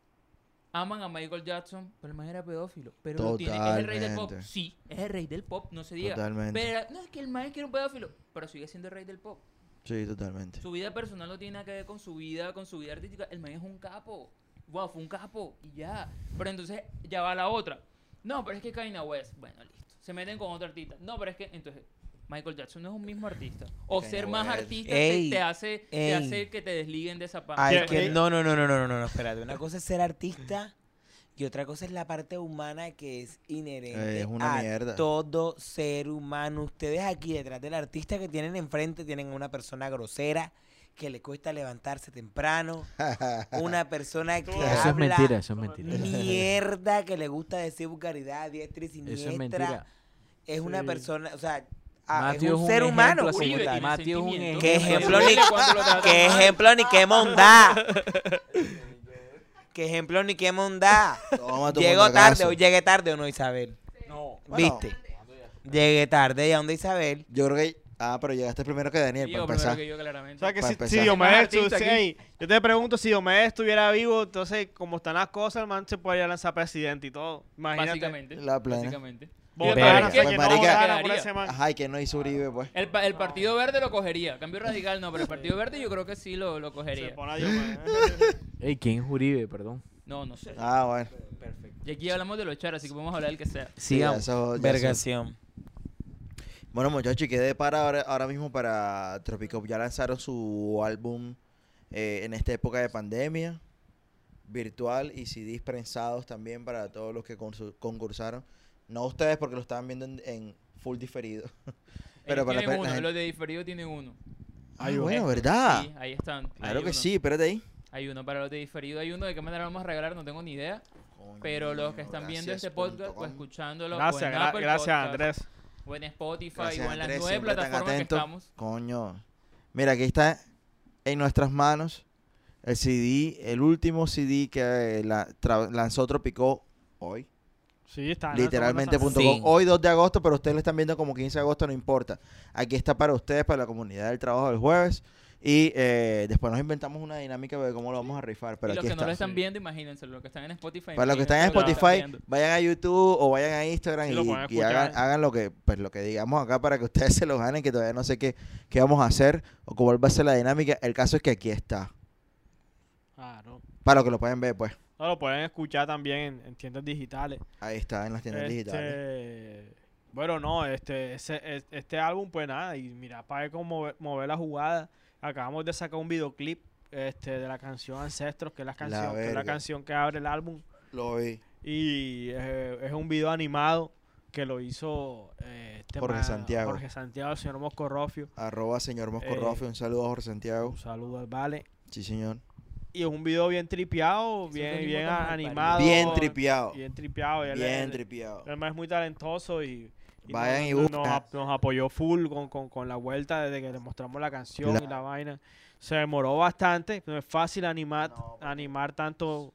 S2: Aman a Michael Jackson, pero el man era pedófilo. Pero lo tiene, es el rey del pop.
S1: Totalmente.
S2: Sí, es el rey del pop, no se diga.
S1: Totalmente.
S2: Pero no es que el man es que era un pedófilo, pero sigue siendo el rey del pop.
S1: Sí, totalmente.
S2: Su vida personal no tiene nada que ver con su vida, con su vida artística. El man es un capo. Wow, fue un capo y ya. Pero entonces ya va la otra. No, pero es que Kanye West, bueno, listo. Se meten con otro artista. No, pero es que entonces Michael Jackson no es un mismo artista. O
S1: Kanye
S2: ser más
S1: West.
S2: artista te-
S5: Ey,
S2: te, hace,
S5: ey.
S2: te hace que te desliguen de esa parte.
S5: Ay,
S7: Quiero-
S5: que
S7: eh,
S5: no, no, no, no, no, no, no, no, espérate. Una cosa es ser artista y otra cosa es la parte humana que es inherente
S1: Eh, es una
S5: a
S1: mierda.
S5: todo ser humano. Ustedes aquí detrás del artista que tienen enfrente tienen una persona grosera que le cuesta levantarse temprano, una persona que
S7: Eso
S8: Eso
S5: habla
S8: es mentira, eso es mentira.
S5: mierda, que le gusta decir vulgaridad, a diestra y siniestra.
S8: Eso es mentira.
S5: Es una
S7: Sí.
S5: persona, o sea, ah, es
S8: Matthew
S5: un
S8: es
S5: ser
S8: un
S5: humano.
S8: ejemplo
S5: como
S8: como
S5: tal.
S8: tal. Mati es un
S2: sentimiento.
S5: ¿Qué
S8: ejemplo.
S5: ejemplo, ni,
S2: Cuando lo tratan
S5: qué
S2: mal.
S5: ejemplo ni qué mondá? ¿Qué ejemplo ni qué mondá?
S1: Toma tu
S5: Llego tarde
S1: mondagazo.
S5: o llegué tarde o no, Isabel.
S8: No.
S1: Bueno,
S5: ¿Viste? Llegué tarde y a dónde Isabel.
S1: Yo creo que. Ah, pero llegaste primero que Daniel,
S2: Diego
S1: para
S2: primero
S1: empezar.
S2: que yo,
S7: O
S2: claramente.
S7: sea, que
S1: Para
S7: si,
S1: empezar.
S7: si
S1: Hay
S7: Diomedes
S2: más artistas
S7: estuviese
S2: aquí.
S7: ahí, yo te pregunto, si Diomedes estuviera vivo, entonces, como están las cosas, el man se podría lanzar presidente y todo. Imagínate.
S2: Básicamente.
S1: La plena.
S2: Básicamente.
S7: Votaran,
S1: Verga.
S7: que
S1: Pues,
S7: no
S1: marica-
S7: votaran por ese man.
S1: Ajá, y que no hizo Uribe, pues.
S2: El, pa- el Partido Verde lo cogería. Cambio radical no, pero el Partido Verde yo creo que sí lo, lo
S7: Se
S2: cogería.
S7: pone a Diomedes.
S8: Ey, ¿quién es Uribe? Perdón.
S2: No, no sé.
S1: Ah, bueno.
S2: Y aquí hablamos de los char, así que podemos hablar del que sea.
S1: ya eso- ya eso.
S5: Vergación.
S1: Bueno, muchachos, y quedé de para ahora, ahora mismo para Tropicop. Ya lanzaron su álbum eh, en esta época de pandemia, virtual y CDs prensados también para todos los que consu- concursaron. No ustedes porque lo estaban viendo en, en full diferido. Pero
S2: Ellos
S1: para la
S2: tienen
S1: pe- la
S2: uno,
S1: gente-
S2: los de diferido tienen uno.
S1: Ah,
S2: Estos,
S1: bueno, ¿verdad?
S2: Sí, ahí están. Hay
S1: Claro que
S2: uno.
S1: sí, espérate ahí.
S2: Hay uno para los de diferido, hay uno de qué manera lo vamos a regalar, no tengo ni idea. Pero los que están viendo este podcast o escuchándolo, o
S7: Gracias,
S2: en
S7: gra-
S2: Apple
S7: gracias,
S2: Podcast,
S7: Andrés.
S2: o en Spotify,
S1: Gracias,
S2: o en las
S1: Andrés,
S2: nueve
S1: siempre tan
S2: plataformas que
S1: atento.
S2: estamos.
S1: Coño. Mira, aquí está en nuestras manos el CD, el último CD que eh, la- tra- lanzó Tropicó hoy.
S7: Sí, está.
S1: Literalmente.com.
S5: Sí.
S1: Hoy 2 de agosto, pero ustedes lo están viendo como 15 de agosto, no importa. Aquí está para ustedes, para la comunidad del trabajo del jueves. Y eh, después nos inventamos una dinámica de cómo lo vamos a rifar. Pero
S2: y los
S1: aquí
S2: que
S1: está.
S2: no lo están viendo, imagínense, los que están en Spotify.
S1: Para los que están en
S2: imagínense lo
S1: Spotify,
S2: viendo.
S1: vayan a YouTube o vayan a Instagram
S7: Sí,
S1: y,
S7: lo pueden
S1: y hagan,
S7: escuchar.
S1: hagan lo que pues lo que digamos acá para que ustedes se lo ganen, que todavía no sé qué, qué vamos a hacer o cuál va a ser la dinámica. El caso es que aquí está.
S7: Claro.
S1: Para los que lo pueden ver, pues.
S7: No, lo pueden escuchar también en, en tiendas digitales.
S1: Ahí está, en las tiendas digitales.
S7: Este, Bueno, no, este, ese- es- este álbum, pues nada, y mira, para ver cómo mover, mover la jugada, acabamos de sacar un videoclip este, de la canción Ancestros, que es la canción, que es la
S1: verga.
S7: canción que abre el álbum.
S1: Lo vi.
S7: Y eh, es un video animado que lo hizo eh, este
S1: Jorge
S7: man-
S1: Santiago.
S7: Jorge Santiago, el señor Mosco Rofio.
S1: Arroba señor Mosco
S7: Eh,
S1: Rofi, un saludo a Jorge Santiago.
S7: Un saludo al Vale.
S1: Sí, señor.
S7: Y es un video bien tripeado,
S2: Esos
S7: bien,
S2: dos
S7: bien
S2: mismos tan
S7: animado.
S1: Bien tripeado.
S7: Bien tripeado. y él es-
S1: Bien tripeado.
S7: El man es muy talentoso y, y
S1: Vayan y
S7: nos,
S1: busquen.
S7: nos ap- nos apoyó full con, con- con la vuelta desde que le mostramos la canción y la
S1: Claro.
S7: vaina. Se demoró bastante, no es fácil animar, animar tanto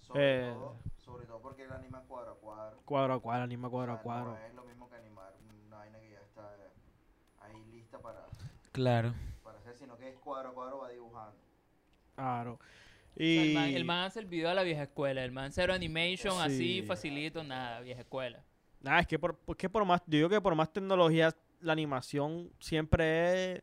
S1: Sobre,
S7: Eh,
S1: todo, sobre todo porque él anima cuadro a cuadro.
S7: cuadro a cuadro, anima cuadro
S1: O
S7: a
S1: sea,
S7: cuadro.
S1: No es lo mismo que animar una vaina que ya está eh, artista para,
S5: Claro.
S1: para hacer, sino que es cuadro a cuadro va dibujando.
S7: Claro.
S2: O sea,
S7: Y
S2: el, man, el man hace el video a la vieja escuela. El man cero animation,
S7: Sí.
S2: así, facilito, nada, vieja escuela.
S7: Nah, es que por, pues que por más, yo digo que por más tecnología, la animación siempre es-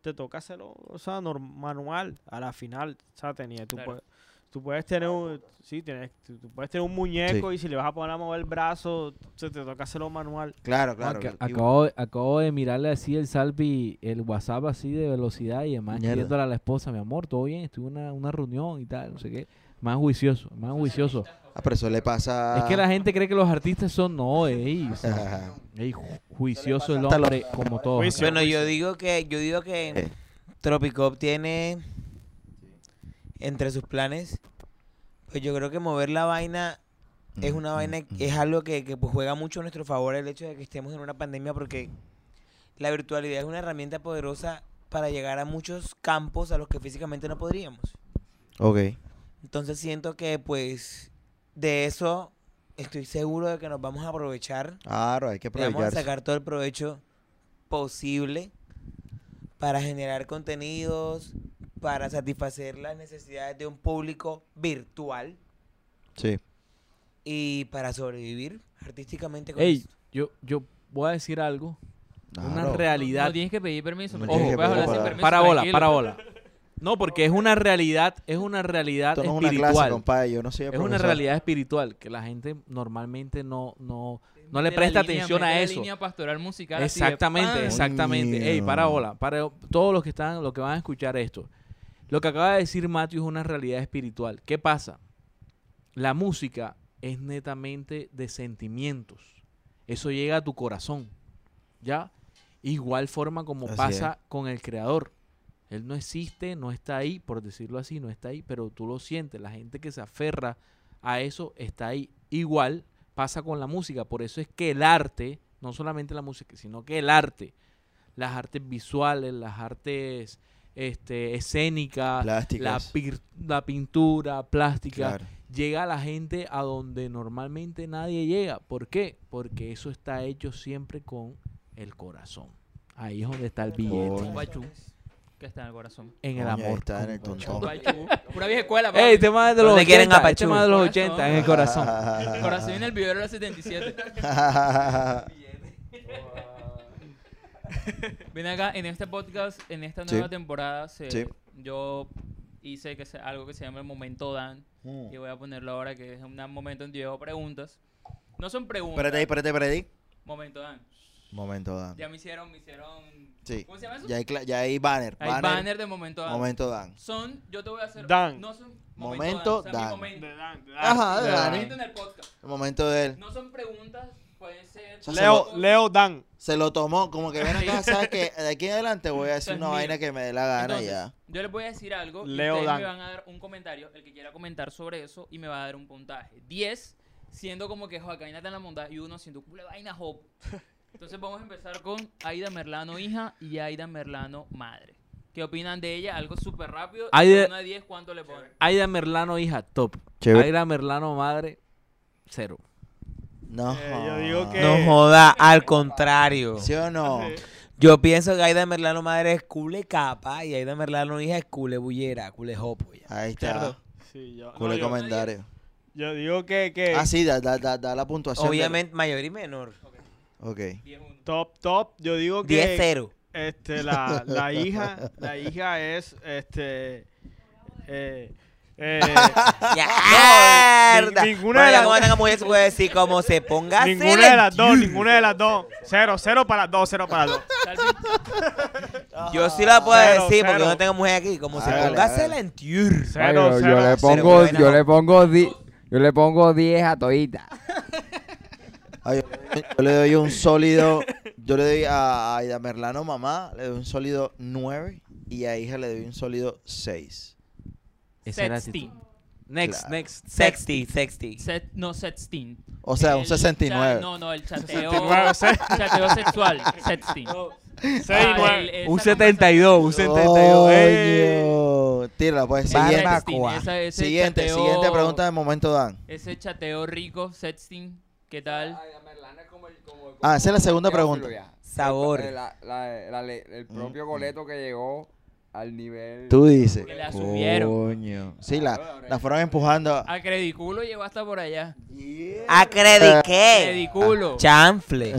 S7: te toca hacerlo, o sea, norm- manual, a la final, o sea, tenía, tú,
S2: Claro.
S7: puedes, tú puedes tener un, sí, tienes, tú, tú puedes tener un muñeco y si le vas a poner a mover el brazo, se te toca hacerlo manual.
S1: Claro, claro.
S8: Ac-
S1: dibu-
S8: acabo, acabo de mirarle así el salvi, el WhatsApp así de velocidad y además
S1: Mierda.
S8: escribiéndole a la esposa, mi amor, todo bien, estuve en una, una reunión y tal, no sé qué. Más juicioso, más juicioso.
S1: Ah, pero eso le pasa.
S8: Es que la gente cree que los artistas son, no, ey, o sea,
S1: Ah. Ajá.
S8: ey, ju- juicioso el
S1: hasta los-
S8: hombre, como todo.
S7: Juicio.
S5: Bueno, yo digo que, yo digo que
S1: Eh.
S5: Tropicop tiene entre sus planes. Pues yo creo que mover la vaina es una
S1: Mm,
S5: vaina,
S1: mm,
S5: es
S1: mm.
S5: algo que, que, pues, juega mucho a nuestro favor el hecho de que estemos en una pandemia porque la virtualidad es una herramienta poderosa para llegar a muchos campos a los que físicamente no podríamos.
S1: Ok.
S5: Entonces siento que pues de eso estoy seguro de que nos vamos a aprovechar.
S1: Claro, hay que
S5: Le vamos a
S1: aprovechar.
S5: sacar todo el provecho posible para generar contenidos, para satisfacer las necesidades de un público virtual
S1: Sí.
S5: y para sobrevivir artísticamente con
S8: Ey,
S5: esto.
S8: yo, yo voy a decir algo, una
S1: Claro.
S8: realidad.
S2: No, no tienes que pedir permiso.
S1: No
S2: marico.
S1: tienes
S8: Ojo,
S1: que
S2: Puedes
S1: pedir
S2: hablar sin
S1: para-
S2: permiso,
S8: parabola,
S2: tranquilo. pues.
S8: parabola. No, porque es una realidad, es una realidad
S1: Esto no es una
S8: espiritual.
S1: clase, compadre. Yo no soy
S8: es una realidad espiritual que la gente normalmente no, no, no
S2: Mete
S8: le
S2: la línea,
S8: presta atención
S2: mete
S8: a
S2: la
S8: eso.
S2: línea pastoral musical. así de
S8: Exactamente,
S2: pan.
S8: exactamente. Ey,
S1: Coño.
S8: parabola. Para todos los que están, los que van a escuchar esto. Lo que acaba de decir Matthew es una realidad espiritual. ¿Qué pasa? La música es netamente de sentimientos. Eso llega a tu corazón. ¿Ya? Igual forma como
S1: Así
S8: pasa con el creador. Él no existe, no está ahí, por decirlo así, no está ahí, pero tú lo sientes. La gente que se aferra a eso está ahí. Igual pasa con la música. Por eso es que el arte, no solamente la música, sino que el arte, las artes visuales, las artes este, escénicas, la,
S1: Plásticas.
S8: pir- la pintura, plástica,
S1: Claro.
S8: llega a la gente a donde normalmente nadie llega. ¿Por qué? Porque eso está hecho siempre con el corazón. Ahí es donde está el billete.
S1: Coño.
S2: Guachú, que está en el corazón.
S8: En el
S1: Coño, ahí
S8: amor.
S1: está en el
S8: compadre.
S1: tontón.
S2: Guachú. Pura vieja escuela, papi.
S8: Ey, tema de los
S5: ¿Dónde quieren
S8: 80,
S5: apachú?
S8: tema de los
S2: Corazón.
S8: 80 en el corazón.
S2: El corazón en el video era la 77. Ven acá, en este podcast, en esta
S1: Sí.
S2: nueva temporada, se-
S1: Sí.
S2: yo hice que se- algo que se llama el momento Dan. Y voy a ponerlo ahora, que es un momento en que yo hago preguntas. No son preguntas.
S1: Espérate ahí, espérate, espérate ahí.
S2: Momento Dan.
S1: Momento, Dan.
S2: Ya me hicieron, me hicieron...
S1: Sí.
S2: ¿Cómo se llama eso?
S1: Ya hay, cla- ya hay banner.
S2: Hay banner,
S1: banner.
S2: de momento Dan.
S1: Momento, Dan.
S2: Son, yo te voy a hacer...
S7: Dan.
S2: No son...
S1: Momento
S2: o sea, mi
S1: Dan.
S2: momento.
S1: Ajá, de
S7: Ya.
S1: Dani.
S2: Momento en el podcast.
S1: El momento de él.
S2: No son preguntas, pueden ser...
S1: O sea,
S7: Leo, Leo Dan.
S1: Se lo tomó, como que ven acá, sabes que de aquí en adelante voy a decir
S2: Esto es
S1: una
S2: mío.
S1: vaina que me dé la gana y
S2: Entonces,
S1: ya.
S2: Yo les voy a decir algo. y
S7: Leo
S2: ustedes
S7: Dan.
S2: me van a dar un comentario, el que quiera comentar sobre eso, y me va a dar un puntaje. 10, siendo como que Joaquín está en la montaña, y uno siendo cule vaina hop. Entonces vamos a empezar con Aida Merlano, hija, y Aida Merlano, madre. ¿Qué opinan de ella? Algo súper rápido. y
S8: Aida-
S2: de 1 a 10, ¿cuánto le ponen?
S8: Aida Merlano, hija, top.
S1: Chévere.
S8: Aida Merlano, madre, cero.
S1: No.
S7: Eh, yo digo
S1: joda.
S7: que-
S5: No
S7: Eh.
S5: joda, al contrario.
S1: ¿Sí o no?
S2: Ah,
S5: Yo pienso que Aida Merlano madre es cule capa y Aida Merlano hija es cule bullera, cule jopo. ya.
S1: Ahí
S7: Cerdo.
S1: está.
S7: Ah, Sí, yo,
S1: Con
S7: no,
S1: el
S7: yo,
S1: comentario.
S7: yo digo que,
S2: eh.
S7: que
S1: Ah, sí, da, da, da, da la puntuación. de-
S5: Obviamente mayor y menor.
S1: Ok.
S2: 10, 1.
S7: top, top, yo digo que...
S5: 10-0.
S7: Este, la, la hija, la hija es, este, eh, eh,
S5: ¡Mierda!
S7: ni- ninguna de
S5: Bueno,
S7: las-
S5: ya como tenga mujer se puede decir como se ponga
S7: ninguna de las
S5: selecti-
S7: dos, ninguna de las dos. Cero, cero para las dos, cero para las dos.
S5: Yo sí la puedo
S7: Cero,
S5: decir porque
S7: cero.
S5: yo no tengo mujer aquí. Como se
S1: Hágale,
S5: ponga
S1: hágale.
S5: selectiur.
S7: Cero,
S9: yo,
S7: cero.
S9: le
S5: Cero,
S9: pongo,
S5: buena,
S9: yo
S5: no.
S9: le pongo, di- yo le pongo 10 a Toita.
S1: Ay, yo, yo le doy un sólido. Yo le doy a Aida Merlano, mamá, le doy un sólido 9 y a hija le doy un sólido 6.
S8: Esa era la
S2: Sexty.
S8: actitud. Next,
S1: Claro.
S8: next.
S5: Sexty, sexty.
S2: Set, no, sexting.
S1: O sea, un
S2: El cha-
S1: 69.
S2: no, no, el chateo.
S7: 69, se-
S2: chateo sexual. Sexting.
S7: seis,
S2: Ah,
S7: nueve.
S2: el- esa
S8: Un
S2: conversación-
S8: 72, un 72. ey.
S1: Coño. Tírala, pues.
S2: el
S1: Siguiente.
S2: sexting, esa- ese
S1: Siguiente,
S2: chateo-
S1: siguiente pregunta de momento, Dan.
S2: Ese chateo rico, sexting, ¿qué tal?
S1: Ah, esa es la segunda pregunta. Mm,
S5: sabor.
S9: eh, la- la- la le- el propio Goleto que llegó al nivel.
S1: Tú dices.
S2: Que la subieron.
S1: Coño. Sí, la, la fueron empujando. a-
S2: A Crediculo llegó hasta por allá.
S1: Eh.
S5: Acrediqué.
S1: Ah,
S2: Crediculo.
S5: Chanfle.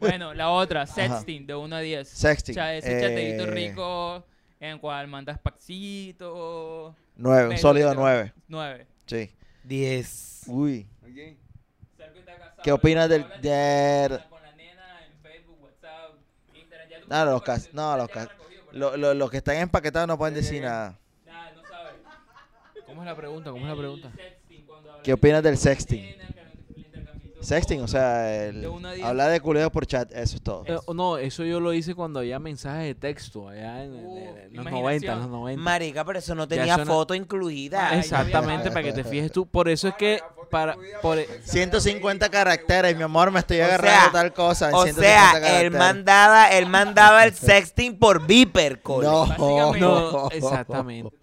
S2: Bueno, la otra, sexting, de 1 a 10.
S1: Sexting,
S2: O sea, ese
S1: eh,
S2: chateadito rico en cual mandas paxitos.
S1: Nueve, un
S2: Pero
S1: sólido
S2: que te-
S1: nueve.
S2: 9.
S1: Sí.
S5: 10.
S1: Uy.
S9: Aquí.
S1: ¿Qué opinas del- del- No, los, cas- no, los, cas- lo- lo- los que están empaquetados no pueden decir nada.
S2: Nada, no sabes.
S8: ¿Cómo es la pregunta? ¿Cómo es la pregunta?
S1: ¿Qué opinas del sexting? Sexting, o sea, el,
S2: De uno a diez.
S1: hablar de culeo por chat, eso es todo.
S8: Eh, no, eso yo lo hice cuando había mensajes de texto, allá en, en-
S2: Uh,
S8: en los
S2: imaginación.
S8: 90, en los 90.
S5: Marica, pero eso no tenía
S8: eso no-
S5: foto incluida.
S2: Ay,
S8: Exactamente, para que te fijes tú. Por eso es que, para, por, e-
S1: 150 caracteres, mi amor, me estoy
S5: O
S1: agarrando
S5: sea,
S1: tal cosa. en
S5: O
S1: 150
S5: sea,
S1: caracteres.
S5: él mandaba, él mandaba el sexting por Viper, cole.
S1: No,
S2: Básicamente.
S8: Oh, No, exactamente.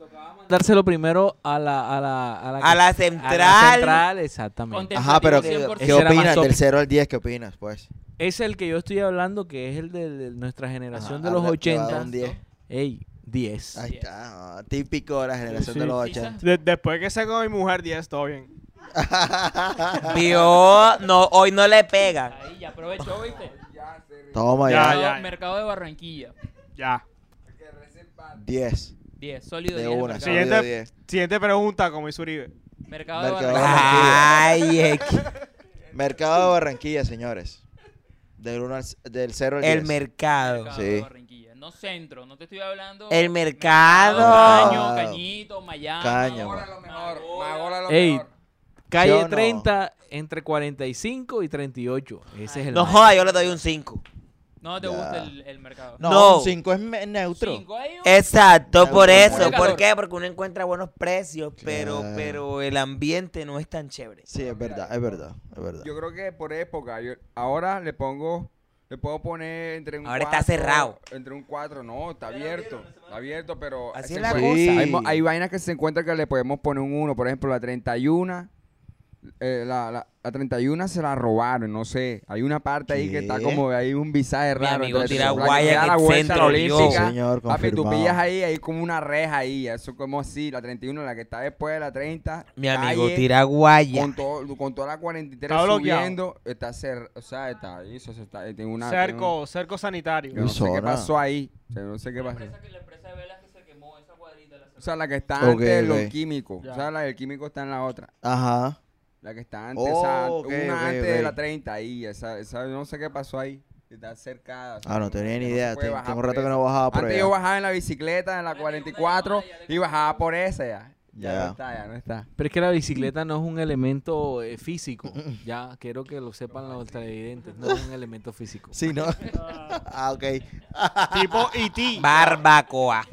S8: Dárselo primero a la a la a la,
S5: A la central.
S8: central, exactamente.
S1: Ajá, pero ¿qué,
S2: 100%.
S1: qué
S8: Ese era más
S1: opinas?
S8: top.
S1: Del 0 al 10, ¿qué opinas? Pues.
S8: Es el que yo estoy hablando que es el de, de nuestra generación
S1: Ajá,
S8: de los
S1: habla- te va a dar
S8: 80.
S1: un 10.
S8: Ey, 10.
S1: Ahí está, ah, típico de la generación
S7: sí.
S1: de los
S2: Quizá.
S1: 80.
S7: De- después que saco a mi mujer 10, todo bien.
S5: Vio, no, hoy no le pega.
S2: Ahí ya aprovechó, ¿viste?
S1: Toma
S7: Ya,
S1: ya,
S2: Mercado-
S7: ya.
S2: Mercado de Barranquilla.
S7: Ya.
S1: 10.
S2: 10, sólido
S1: De
S2: 10.
S1: una,
S2: mercado.
S1: sólido
S7: Siguiente.
S1: 10.
S7: Siguiente pregunta, como hizo Uribe.
S2: Mercado de
S1: Mercado.
S2: Barranquilla.
S5: Ay, es que
S1: Mercado de Barranquilla, señores. Del, 1 al, del 0 al 10.
S5: el mercado.
S2: Mercado
S1: Sí.
S2: de Barranquilla. No centro, no te estoy hablando.
S5: El mercado.
S2: Caño, Cañito, Miami.
S1: Caño.
S9: Magola lo mejor. Magola lo
S8: Ey,
S9: mejor.
S1: Yo
S8: Calle
S1: no.
S8: 30 entre 45 y 38. Ese es el
S5: No
S8: más.
S5: joda, yo le doy un 5.
S2: No te
S1: Ya.
S2: gusta el, el mercado.
S5: No.
S1: No, 5 es me- neutro.
S2: Cinco ahí, un-
S5: Exacto, por
S1: Neutro.
S5: eso. ¿Por
S2: Calor.
S5: qué? Porque uno encuentra buenos precios, pero,
S1: Claro.
S5: pero el ambiente no es tan chévere.
S1: Sí, es verdad, es verdad, es verdad.
S9: Yo creo que por época, yo ahora le pongo, le puedo poner entre un
S5: Ahora está
S9: cuatro,
S5: cerrado.
S9: Entre un 4, no, está abierto, está abierto, pero...
S5: Así
S9: se
S5: es la
S9: encuentra-
S1: cosa.
S9: Hay, mo-
S1: Sí.
S9: hay vainas que se encuentran que le podemos poner un 1, por ejemplo, la 31, eh, la, la, la 31 se la robaron, no sé, hay una parte ahí que está
S1: ¿Qué?
S9: como, hay un visaje raro.
S5: amigo
S9: entre
S5: tira
S9: la que
S5: guaya
S9: queda
S5: en
S9: la
S5: el
S9: vuelta a la
S5: centro, Dios.
S9: Olímpica.
S1: Sí, señor,
S9: Papi, tú
S1: confirmado.
S9: pillas ahí, hay como una reja ahí, eso como así, la 31, la que está después de la 30.
S5: Mi amigo
S9: calle,
S5: tira guaya.
S9: con, todo, con toda la 43
S7: Está bloqueado.
S9: subiendo, está cer, o sea, está ahí, eso se está, tiene una
S7: cerco, cerco sanitario.
S9: tiene un- yo no sé qué
S1: Luzona.
S9: pasó ahí, yo no sé qué
S2: La
S9: pasó.
S2: empresa que- la empresa de velas que se quemó, esa cuadrita, la
S9: O sea, la que está
S1: Ok,
S9: antes de
S1: ok.
S9: los químicos, o
S7: Ya.
S9: sea, la del químico está en la otra,
S1: Ajá.
S9: la que está antes,
S1: Oh,
S9: o sea,
S1: ok,
S9: una
S1: ok,
S9: antes
S1: ok.
S9: de la 30 ahí, esa, esa, yo no sé qué pasó ahí, está cercada. o sea,
S1: Ah, no tenía ni
S9: se
S1: idea.
S9: puede
S1: ten-
S9: bajar
S1: Tengo un
S9: por
S1: rato que
S9: esa.
S1: no bajaba por
S9: Antes yo
S1: allá.
S9: bajaba en la bicicleta, en
S2: Prende
S9: la
S2: una
S9: 44,
S2: llamada, ya le
S9: y bajaba por esa ya. Ya,
S1: Ya.
S9: no está, ya no está.
S8: Pero es que la bicicleta no es un elemento eh, físico. Ya, quiero que lo sepan los televidentes. No es un elemento físico.
S1: Sí, ¿no? ah, ok.
S7: Tipo IT.
S5: Barbacoa.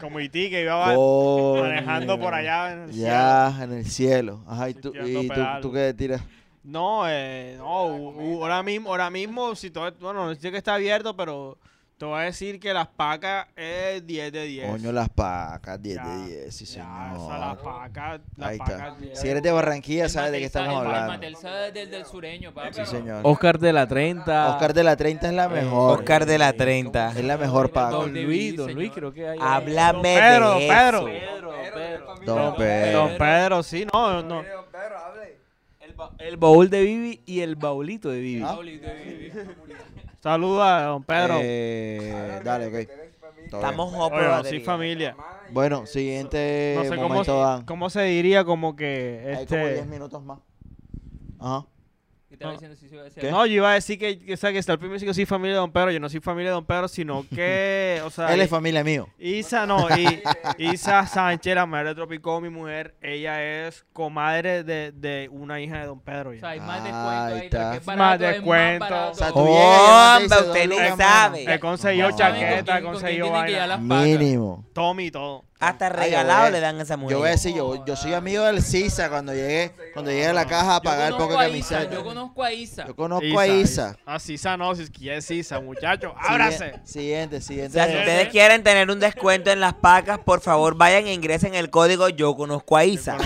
S7: Como IT que iba
S1: Coño.
S7: manejando por allá. en el cielo.
S1: Ya, en el cielo. Ajá, ¿y tú,
S7: Tirando
S1: y tú,
S7: pedal.
S1: tú qué tiras?
S7: No, eh, no, u- u- ahora mismo, ahora mismo, si todo, bueno, no sé que está abierto, pero te voy a decir que las pacas es 10 de 10.
S1: Coño, las pacas, 10
S7: Ya,
S1: de 10, sí,
S7: Ya, o sea, las
S1: señor.
S7: pacas, las
S1: Ahí
S7: pacas.
S1: está. Si eres de Barranquilla,
S2: El
S1: sabes de qué
S2: Matelsa-
S1: estamos
S2: el- El
S1: hablando.
S2: Matelsa es del, del sureño, papi.
S1: Sí, señor.
S8: Oscar de la 30.
S1: Oscar de la 30 es la mejor.
S5: Oscar de la 30.
S1: Es la mejor paga.
S8: Don Luis, Don Luis, creo que hay.
S5: Háblame
S7: Don Pedro,
S5: de
S7: don Pedro.
S5: eso.
S8: Pedro, Pedro.
S1: Don
S7: Don
S1: Pedro.
S7: Pedro, sí, no, no.
S8: El baúl de Vivi y el baulito de
S2: Ah,
S8: Vivi.
S1: Ah,
S7: Saluda a Don Pedro.
S1: Eh, dale, ok. Todo bien.
S5: Estamos hot
S7: Oye,
S5: por
S7: sí, familia.
S1: Bueno, siguiente
S7: No sé cómo,
S1: Eh, momento Dan.
S7: cómo se diría como que
S1: Hay como 10
S7: este
S1: minutos más. Ajá.
S2: ¿Qué estaba
S7: No.
S2: diciendo? Sí, sí, sí.
S1: ¿Qué?
S7: No, yo iba a decir que, que, o sea, que está el primero que soy familia de Don Pedro, yo no soy familia de Don Pedro, sino que, o sea,
S1: Él es familia mío.
S7: Isa, no, y, Isa Sánchez, la madre de Tropicó, mi mujer, ella es comadre de, de una hija de Don Pedro.
S2: O sea,
S7: Ya.
S2: hay
S1: Ah,
S2: más
S1: ahí
S2: descuento ahí.
S1: está.
S2: que es
S7: Más
S2: barato, es
S7: descuento.
S2: barato.
S1: O sea, tú
S5: Oh,
S1: llegas y ella te dice,
S5: hombre, usted
S1: "Don
S5: ni
S1: Luis,
S5: sabe".
S7: He conseguido
S1: No.
S2: ¿Saben con
S7: chaqueta,
S2: quién-
S7: he
S2: con quién
S7: conseguido
S2: tienen que llegar
S7: vaina,
S2: las pacas?
S1: Mínimo.
S7: Tommy y todo.
S5: Hasta
S1: Ah, yo
S5: regalado
S1: voy-
S5: le dan a esa mujer.
S1: Yo voy a decir, yo, yo soy amigo del Sisa cuando llegué, cuando llegué a la caja a pagar
S2: yo
S1: poca
S2: conozco a Isa,
S1: camiseta.
S2: yo conozco a Isa.
S1: Yo conozco a Isa.
S7: Ah, sí, Isa no, si es que es Isa, muchacho, ábrase.
S1: Siguiente,
S5: O
S1: siguiente.
S5: sea, si ustedes quieren tener un descuento en las pacas, por favor vayan e ingresen el código Yo Conozco a Isa.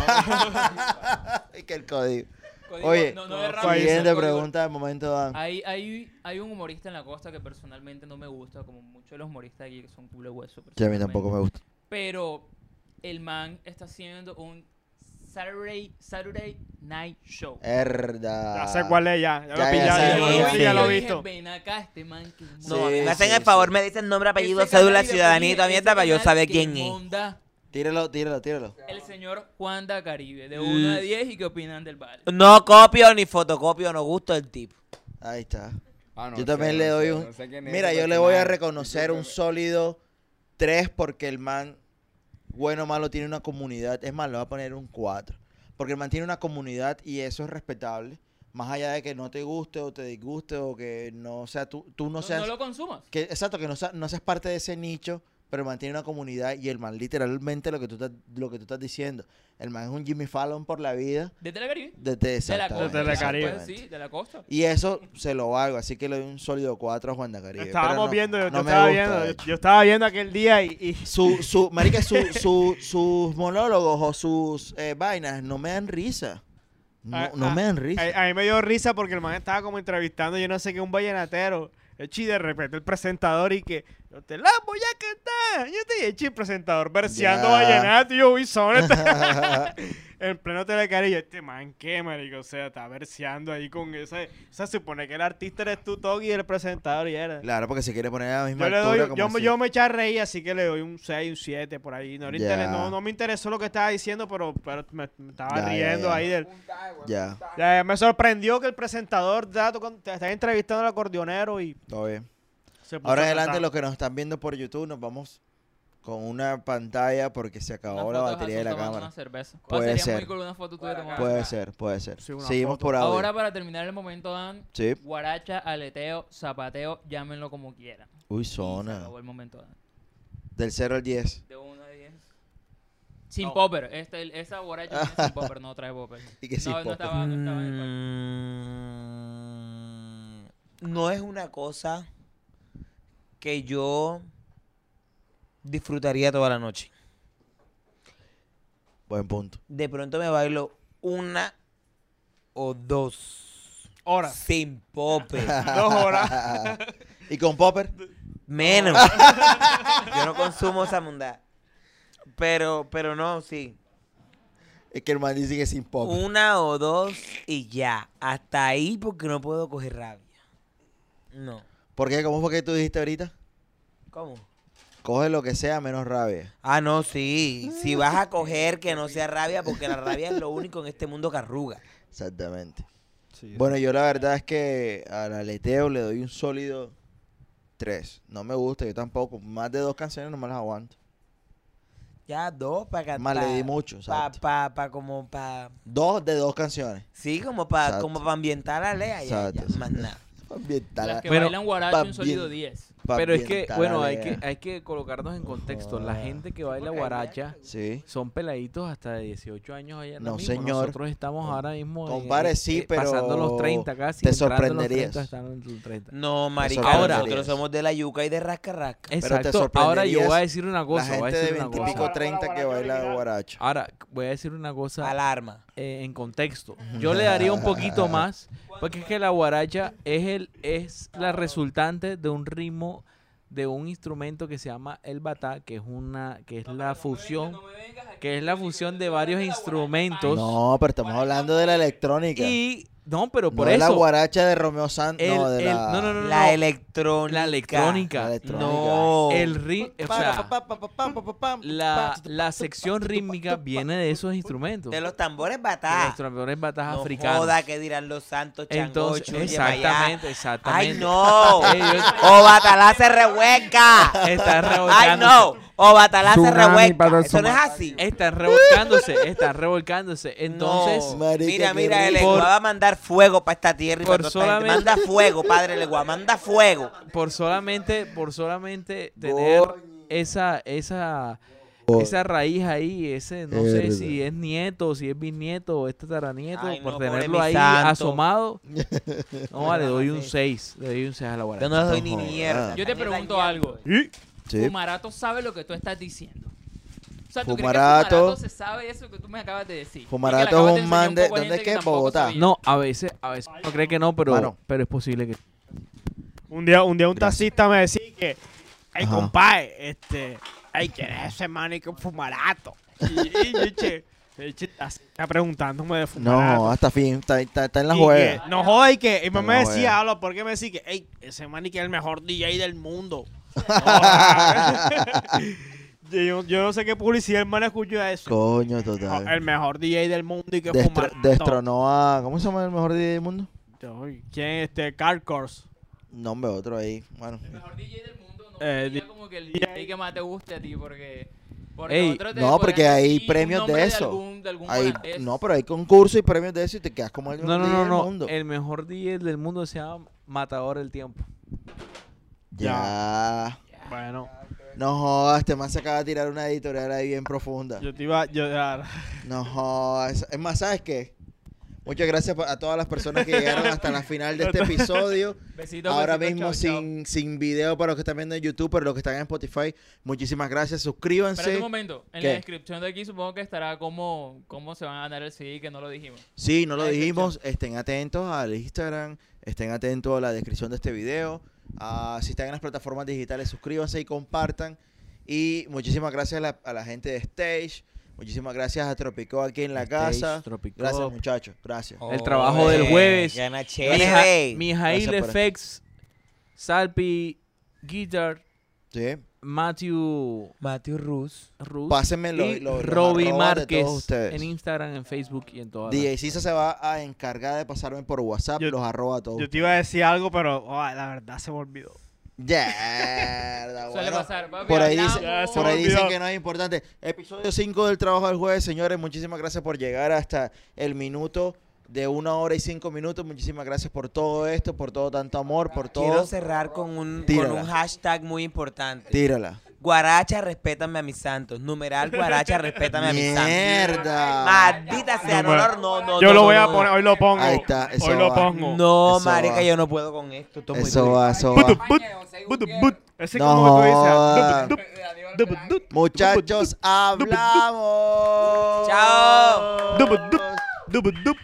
S1: Y que el código. Oye,
S2: no, no de rap,
S1: Siguiente
S2: sino código.
S1: pregunta de momento, Dan.
S7: Ah,
S2: Hay, hay, hay un humorista en la costa que personalmente no me gusta, como muchos de los humoristas aquí que son culo de hueso.
S1: Sí, a mí tampoco
S2: personalmente.
S1: me gusta.
S2: Pero el man está haciendo un Saturday, Saturday Night Show.
S1: Herda.
S7: Ya sé cuál es ya. Ya lo
S1: Ya,
S7: he
S1: ya
S7: pillado.
S1: sabemos
S7: ya lo-
S1: cuál
S7: sí,
S1: es.
S7: ya lo
S2: Yo
S7: he
S2: dije,
S7: visto.
S2: Ven acá este man que es
S1: Sí,
S2: monda".
S5: Me
S1: sí,
S5: hacen el
S1: sí.
S5: favor, me dicen nombre, apellido,
S2: Ese
S5: cédula,
S2: canal de
S5: ciudadanía y toda
S2: Ese
S5: mierda para yo
S2: canal
S5: saber
S2: que
S5: quién es.
S2: monda
S1: Tíralo, tíralo, tíralo.
S2: El señor Juan da Caribe, de 1 a 10, ¿y qué opinan del vale?
S5: Mm. No copio ni fotocopio, no gusto el tipo.
S1: Ahí está.
S9: Ah, no
S1: yo
S9: sé,
S1: también
S9: no
S1: le
S9: sé,
S1: doy
S9: no
S1: un...
S9: sé quién es
S1: Mira,
S9: ese
S1: yo le voy a
S9: personaje.
S1: reconocer un sólido 3 porque el man, bueno o malo, tiene una comunidad. Es más, le voy a poner un 4. Porque el man tiene una comunidad y eso es respetable. Más allá de que no te guste o te disguste o que no sea tú, tú no
S2: No,
S1: seas...
S2: no lo consumas.
S1: que, exacto, que no, sea- no seas parte de ese nicho, pero el man tiene una comunidad y el man literalmente lo que tú estás, lo que tú estás diciendo. El man es un Jimmy Fallon por la vida.
S2: De Telacaribe.
S1: Desde
S2: De la costa.
S1: exactamente,
S7: Desde la Caribe.
S1: exactamente.
S2: Sí, de la costa.
S1: Y eso se lo valgo, así que le doy un sólido 4 a Juan de Caribe.
S7: Estábamos
S1: pero no-
S7: viendo, yo,
S1: no
S7: yo
S1: me
S7: estaba
S1: gusta,
S7: viendo,
S1: de
S7: yo,
S1: hecho.
S7: yo estaba viendo aquel día y, y-
S1: Su, su, marica, su, su- sus monólogos o sus eh, vainas no me dan risa. No,
S7: Ah,
S1: no
S7: ah,
S1: me dan risa.
S7: a, a mí me dio risa porque el man estaba como entrevistando, yo no sé qué, un vallenatero. Echi, de repente el presentador y que yo te la voy a cantar. Yo te echi el presentador verseando
S1: Ya.
S7: vallenato y yo uy, son esta- en pleno telecarillo. Este man, qué marico, o sea, está verseando ahí con esa. O sea, supone que el artista eres tú, Togi, y el presentador y era.
S1: Claro, porque se quiere poner a la misma
S7: Yo le
S1: altura.
S7: doy,
S1: como
S7: yo, me-
S1: si-
S7: yo me eché a reír, así que le doy un 6, un 7 por ahí. No, ahorita le-
S1: Ya.
S7: no, no me interesó lo que estaba diciendo, pero, pero me, me estaba
S1: Ya, ya,
S7: riendo
S1: ya.
S7: ahí del.
S1: Ya,
S7: Ya, ya, me sorprendió que el presentador está, tocando- está entrevistando al acordeonero y
S1: todo bien.
S7: se puso
S1: Ahora
S7: a
S1: adelante,
S7: cantar.
S1: los que nos están viendo por YouTube, nos vamos con una pantalla porque se acabó la batería de la cámara.
S2: Una cerveza. O
S1: Puede
S2: sería
S1: ser.
S2: muy cool una foto tuya tomando
S1: Puede
S2: una-
S1: ser, puede ser.
S7: Sí, una
S1: Seguimos
S7: foto.
S1: por audio.
S2: Ah, Ahora para terminar el momento, Dan.
S1: Sí.
S2: Guaracha, aleteo, zapateo, llámenlo como quieran.
S1: Uy,
S2: Y
S5: Oh,
S2: Se
S1: zona.
S2: acabó el momento, Dan.
S1: Del 0 al 10.
S2: De 1 a 10. Sin popper. Este, el- esa guaracha viene sin popper, no trae popper.
S1: Y que sí,
S2: no, no
S1: popper.
S2: estaba, no estaba en el pack.
S5: Mm, No es una cosa que yo disfrutaría toda la noche.
S1: Buen punto.
S5: De pronto me bailo una o dos.
S7: Horas.
S5: Sin pope.
S7: Dos horas.
S1: ¿Y con Popper?
S5: Menos. Yo no consumo esa mundad. Pero, pero no, sí.
S1: Es que el man dice que sin Popper.
S5: Una o dos y ya. Hasta ahí porque no puedo coger rabia. No.
S1: ¿Por qué? ¿Cómo fue que tú dijiste ahorita?
S5: ¿Cómo?
S1: Coge lo que sea menos rabia.
S5: Ah, no, sí. Si vas a coger, que no sea rabia, porque la rabia es lo único en este mundo que arruga.
S1: Exactamente. bueno, yo la verdad es que al aleteo le doy un sólido 3. No me gusta, yo tampoco. Más de dos canciones no me las aguanto.
S5: Ya, dos para cantar.
S1: Más le di mucho,
S5: Pa,
S1: exacto.
S5: pa, pa, como pa...
S1: Dos de dos canciones.
S5: Sí, como pa,
S1: Exacto.
S5: como pa ambientar la lea. Ya, ya,
S1: Exacto.
S5: más nada.
S1: Ambiental.
S2: Las que
S8: Pero-
S2: bailan guaracha, un
S1: va
S2: sólido
S1: bien.
S2: 10.
S1: pa'
S8: Pero es que,
S1: ambientar
S8: bueno,
S1: la
S8: hay que,
S1: lea.
S8: hay que colocarnos en contexto. La
S1: Joda.
S8: gente que baila guaracha
S1: Sí.
S8: son peladitos hasta de 18 años allá
S1: No,
S8: mismo.
S1: señor.
S8: Nosotros estamos ahora mismo en-
S1: Compadre, sí,
S8: pasando
S1: pero
S8: los 30 casi.
S1: te
S8: entrando en los
S1: sorprenderías.
S8: 30, estando en los 30.
S5: No, marica,
S1: sorprenderías.
S5: nosotros somos de la yuca y de rasca rasca.
S1: te
S8: Exacto. Ahora yo voy a
S1: sorprenderías
S8: decir una
S1: La
S8: cosa.
S1: gente
S8: voy a
S1: de
S8: decir una
S1: 20 y
S8: cosa.
S1: pico,
S7: Guau,
S1: 30
S7: guau,
S1: que
S7: guau,
S1: baila
S7: original.
S1: guaracho.
S8: Ahora, voy a decir una cosa.
S5: Alarma.
S8: eh, en contexto. Yo le daría un poquito más, porque es que la guaracha es el es la resultante de un ritmo de un instrumento que se llama el batá, que es una que es la fusión que es la fusión de varios instrumentos
S1: No, pero estamos hablando de la electrónica.
S8: y no, pero
S1: No
S8: por
S1: de la
S8: eso
S1: guaracha de Romeo Santos.
S8: el-
S1: No, de
S8: el-
S1: la...
S8: no, no, no, no,
S5: La
S8: no,
S5: electrónica.
S8: la electrónica.
S1: La electrónica.
S5: No.
S8: El ri- o sea,
S1: Pa, pa, pa, pa, pa, pa, pa,
S8: la,
S1: pa,
S8: la sección rítmica viene de esos instrumentos.
S5: De
S8: De los
S5: los tambores batá.
S8: tambores batás
S5: No
S8: africanos.
S5: joda que dirán los santos
S8: Entonces,
S5: changochos.
S8: exactamente, exactamente.
S5: ¡Ay, no!
S8: Ey, yo-
S5: ¡O Batalá se rehueca!
S8: Están
S5: ¡Ay,
S8: revolcándose.
S5: no! ¡O Batalá se
S9: Tsunami para
S5: rehueca!
S9: el
S5: Eso no es
S9: Somali.
S5: así.
S8: Están revolcándose, están revolcándose. Entonces,
S5: No.
S1: Marica,
S5: mira,
S1: qué
S5: mira, el
S8: rico.
S5: Ecuador va a mandar fuego para esta tierra. Y
S8: Por
S5: para toda esta gente.
S8: solamente-
S5: Manda fuego, padre Legua, manda fuego.
S8: por solamente, por solamente tener esa, esa, esa raíz ahí, ese, no sé
S1: Verga.
S8: si es nieto, si es bisnieto, o es tataranieto,
S5: Ay,
S8: por
S5: no, pobre
S8: tenerlo
S5: mi
S8: ahí
S5: santo.
S8: asomado. No, vale, le doy un
S5: Sí.
S8: 6, le doy un 6 a la
S5: Yo
S8: guardia.
S5: no les doy ni
S1: jodas.
S5: mierda.
S2: Yo te pregunto algo.
S1: Sí.
S2: Fumarato sabe lo que tú estás diciendo.
S1: Sí.
S2: O sea, ¿tú crees que
S1: Fumarato.
S2: Fumarato se sabe eso que tú me acabas de decir? Y que le
S1: Fumarato es
S2: acabas de
S1: un
S2: enseñar
S1: man de-
S2: poco a
S1: ¿dónde
S2: gente
S1: es que?
S2: tampoco
S1: Bogotá.
S2: sabía.
S8: No, a veces, a veces uno cree que no, pero,
S1: Mano.
S8: pero es posible que.
S7: Un día, un día un
S1: Gracias.
S7: taxista me decía que, ay,
S1: Ajá.
S7: compadre, este, ay, que es ese manico fumarato? Y, y yo, che, el che taxista preguntándome de fumarato.
S1: No, hasta fin, está, está- está en la
S7: Y
S1: juega.
S7: que, no jodas, y que y mamá
S1: No,
S7: me
S1: juega.
S7: decía, habla, ¿por qué me decía que "Ey, ese manique es el mejor DJ del mundo? yo, yo- yo no sé qué publicidad el man escucha eso.
S1: Coño,
S7: "Jo-
S1: total.
S7: El mejor DJ del mundo y que
S1: Destro-
S7: fumarato.
S1: destronó a. ¿Cómo se llama el mejor DJ del mundo?
S7: Yo, ¿Quién es este? Carcors.
S1: No, hombre, otro ahí. Bueno,
S2: El mejor DJ del mundo no
S7: Eh,
S2: sería
S7: di-
S2: como que el DJ que más te guste a ti, porque. porque
S8: Ey,
S2: otro te
S1: no,
S2: podrán
S1: porque hay
S2: decir un
S1: premios de
S2: nombre
S1: eso.
S2: algún- de algún
S1: hay,
S2: holandés.
S1: no, pero hay concursos y premios de eso y te quedas como el
S8: No,
S1: mejor
S8: no,
S1: DJ
S8: no,
S1: del
S8: no.
S1: mundo.
S8: El mejor DJ del mundo se llama Matador del Tiempo.
S1: Ya.
S7: Bueno,
S1: No jodas, este man se acaba de tirar una editorial ahí bien profunda.
S7: yo te iba yo, ah,
S1: No jodas. Es más, ¿sabes qué? Muchas gracias pa- a todas las personas que llegaron hasta la final de este episodio.
S2: Besitos,
S1: Ahora
S2: besitos,
S1: mismo
S2: pues, chao, chao.
S1: sin, sin video para los que están viendo en YouTube, pero los que están en Spotify, muchísimas gracias. Suscríbanse.
S2: Espérate un momento. En
S1: ¿Qué?
S2: la descripción de aquí supongo que estará cómo, cómo se van a ganar el CD que no lo dijimos.
S1: Sí, no lo
S2: La
S1: dijimos. Estén atentos al Instagram, estén atentos a la descripción de este video. Ah, si están en las plataformas digitales, suscríbanse y compartan. Y muchísimas gracias a la, a la gente de Stage. Muchísimas gracias a Tropico aquí en la casa.
S8: Tropico.
S1: Gracias, muchachos. Gracias.
S8: El trabajo del
S5: Oye,
S8: jueves.
S5: Gana
S8: Mija-
S5: chévere.
S8: Mijail
S1: Gracias por-
S8: FX, Salpi, Guitar,
S1: Sí.
S8: Matthew
S5: Matthew Rus.
S8: Rus.
S1: Pásenme lo-
S8: y
S1: lo- los
S8: Robbie
S1: arrobas de
S8: Márquez
S1: todos ustedes.
S8: en Instagram, en Facebook y en todas.
S1: DJ Cisa se va a encargar de pasarme por WhatsApp
S7: Yo-
S1: los arroba a todos.
S7: yo te iba a decir algo, pero oh, la verdad se me olvidó.
S1: Yerda,
S2: Suele
S1: bueno.
S2: pasar. papi,
S1: Por ahí,
S2: hablamos.
S1: dice-
S7: Ya, se
S1: por
S7: me
S1: ahí dicen
S7: olvidó.
S1: que no es importante. Episodio 5 del trabajo del jueves, señores. Muchísimas gracias por llegar hasta el minuto de una hora y cinco minutos. Muchísimas gracias por todo esto, por todo tanto amor, por
S5: Quiero
S1: todo.
S5: cerrar con un, con
S1: Tírala.
S5: un hashtag muy importante.
S1: Tírala.
S5: Guaracha, respétame a mis santos. Numeral, guaracha, respétame a mis santos.
S1: Mierda.
S5: Maldita sea, no,
S7: Numeral.
S5: no, no.
S7: Yo
S5: no,
S7: lo
S5: no,
S7: voy a
S5: no.
S7: poner, hoy lo pongo.
S1: Ahí está, eso
S7: hoy lo
S1: va.
S7: pongo.
S5: No,
S1: Eso
S5: marica,
S1: va.
S5: yo no puedo con esto. esto es muy
S1: Eso
S5: duro.
S1: va, eso
S7: Butu,
S1: va.
S7: but, butu, but. Ese
S1: No
S7: como tú
S1: joda.
S7: dices. dup, dup, dup, dup.
S1: Muchachos, hablamos.
S5: Chao.
S7: Dup, dup, dup, dup.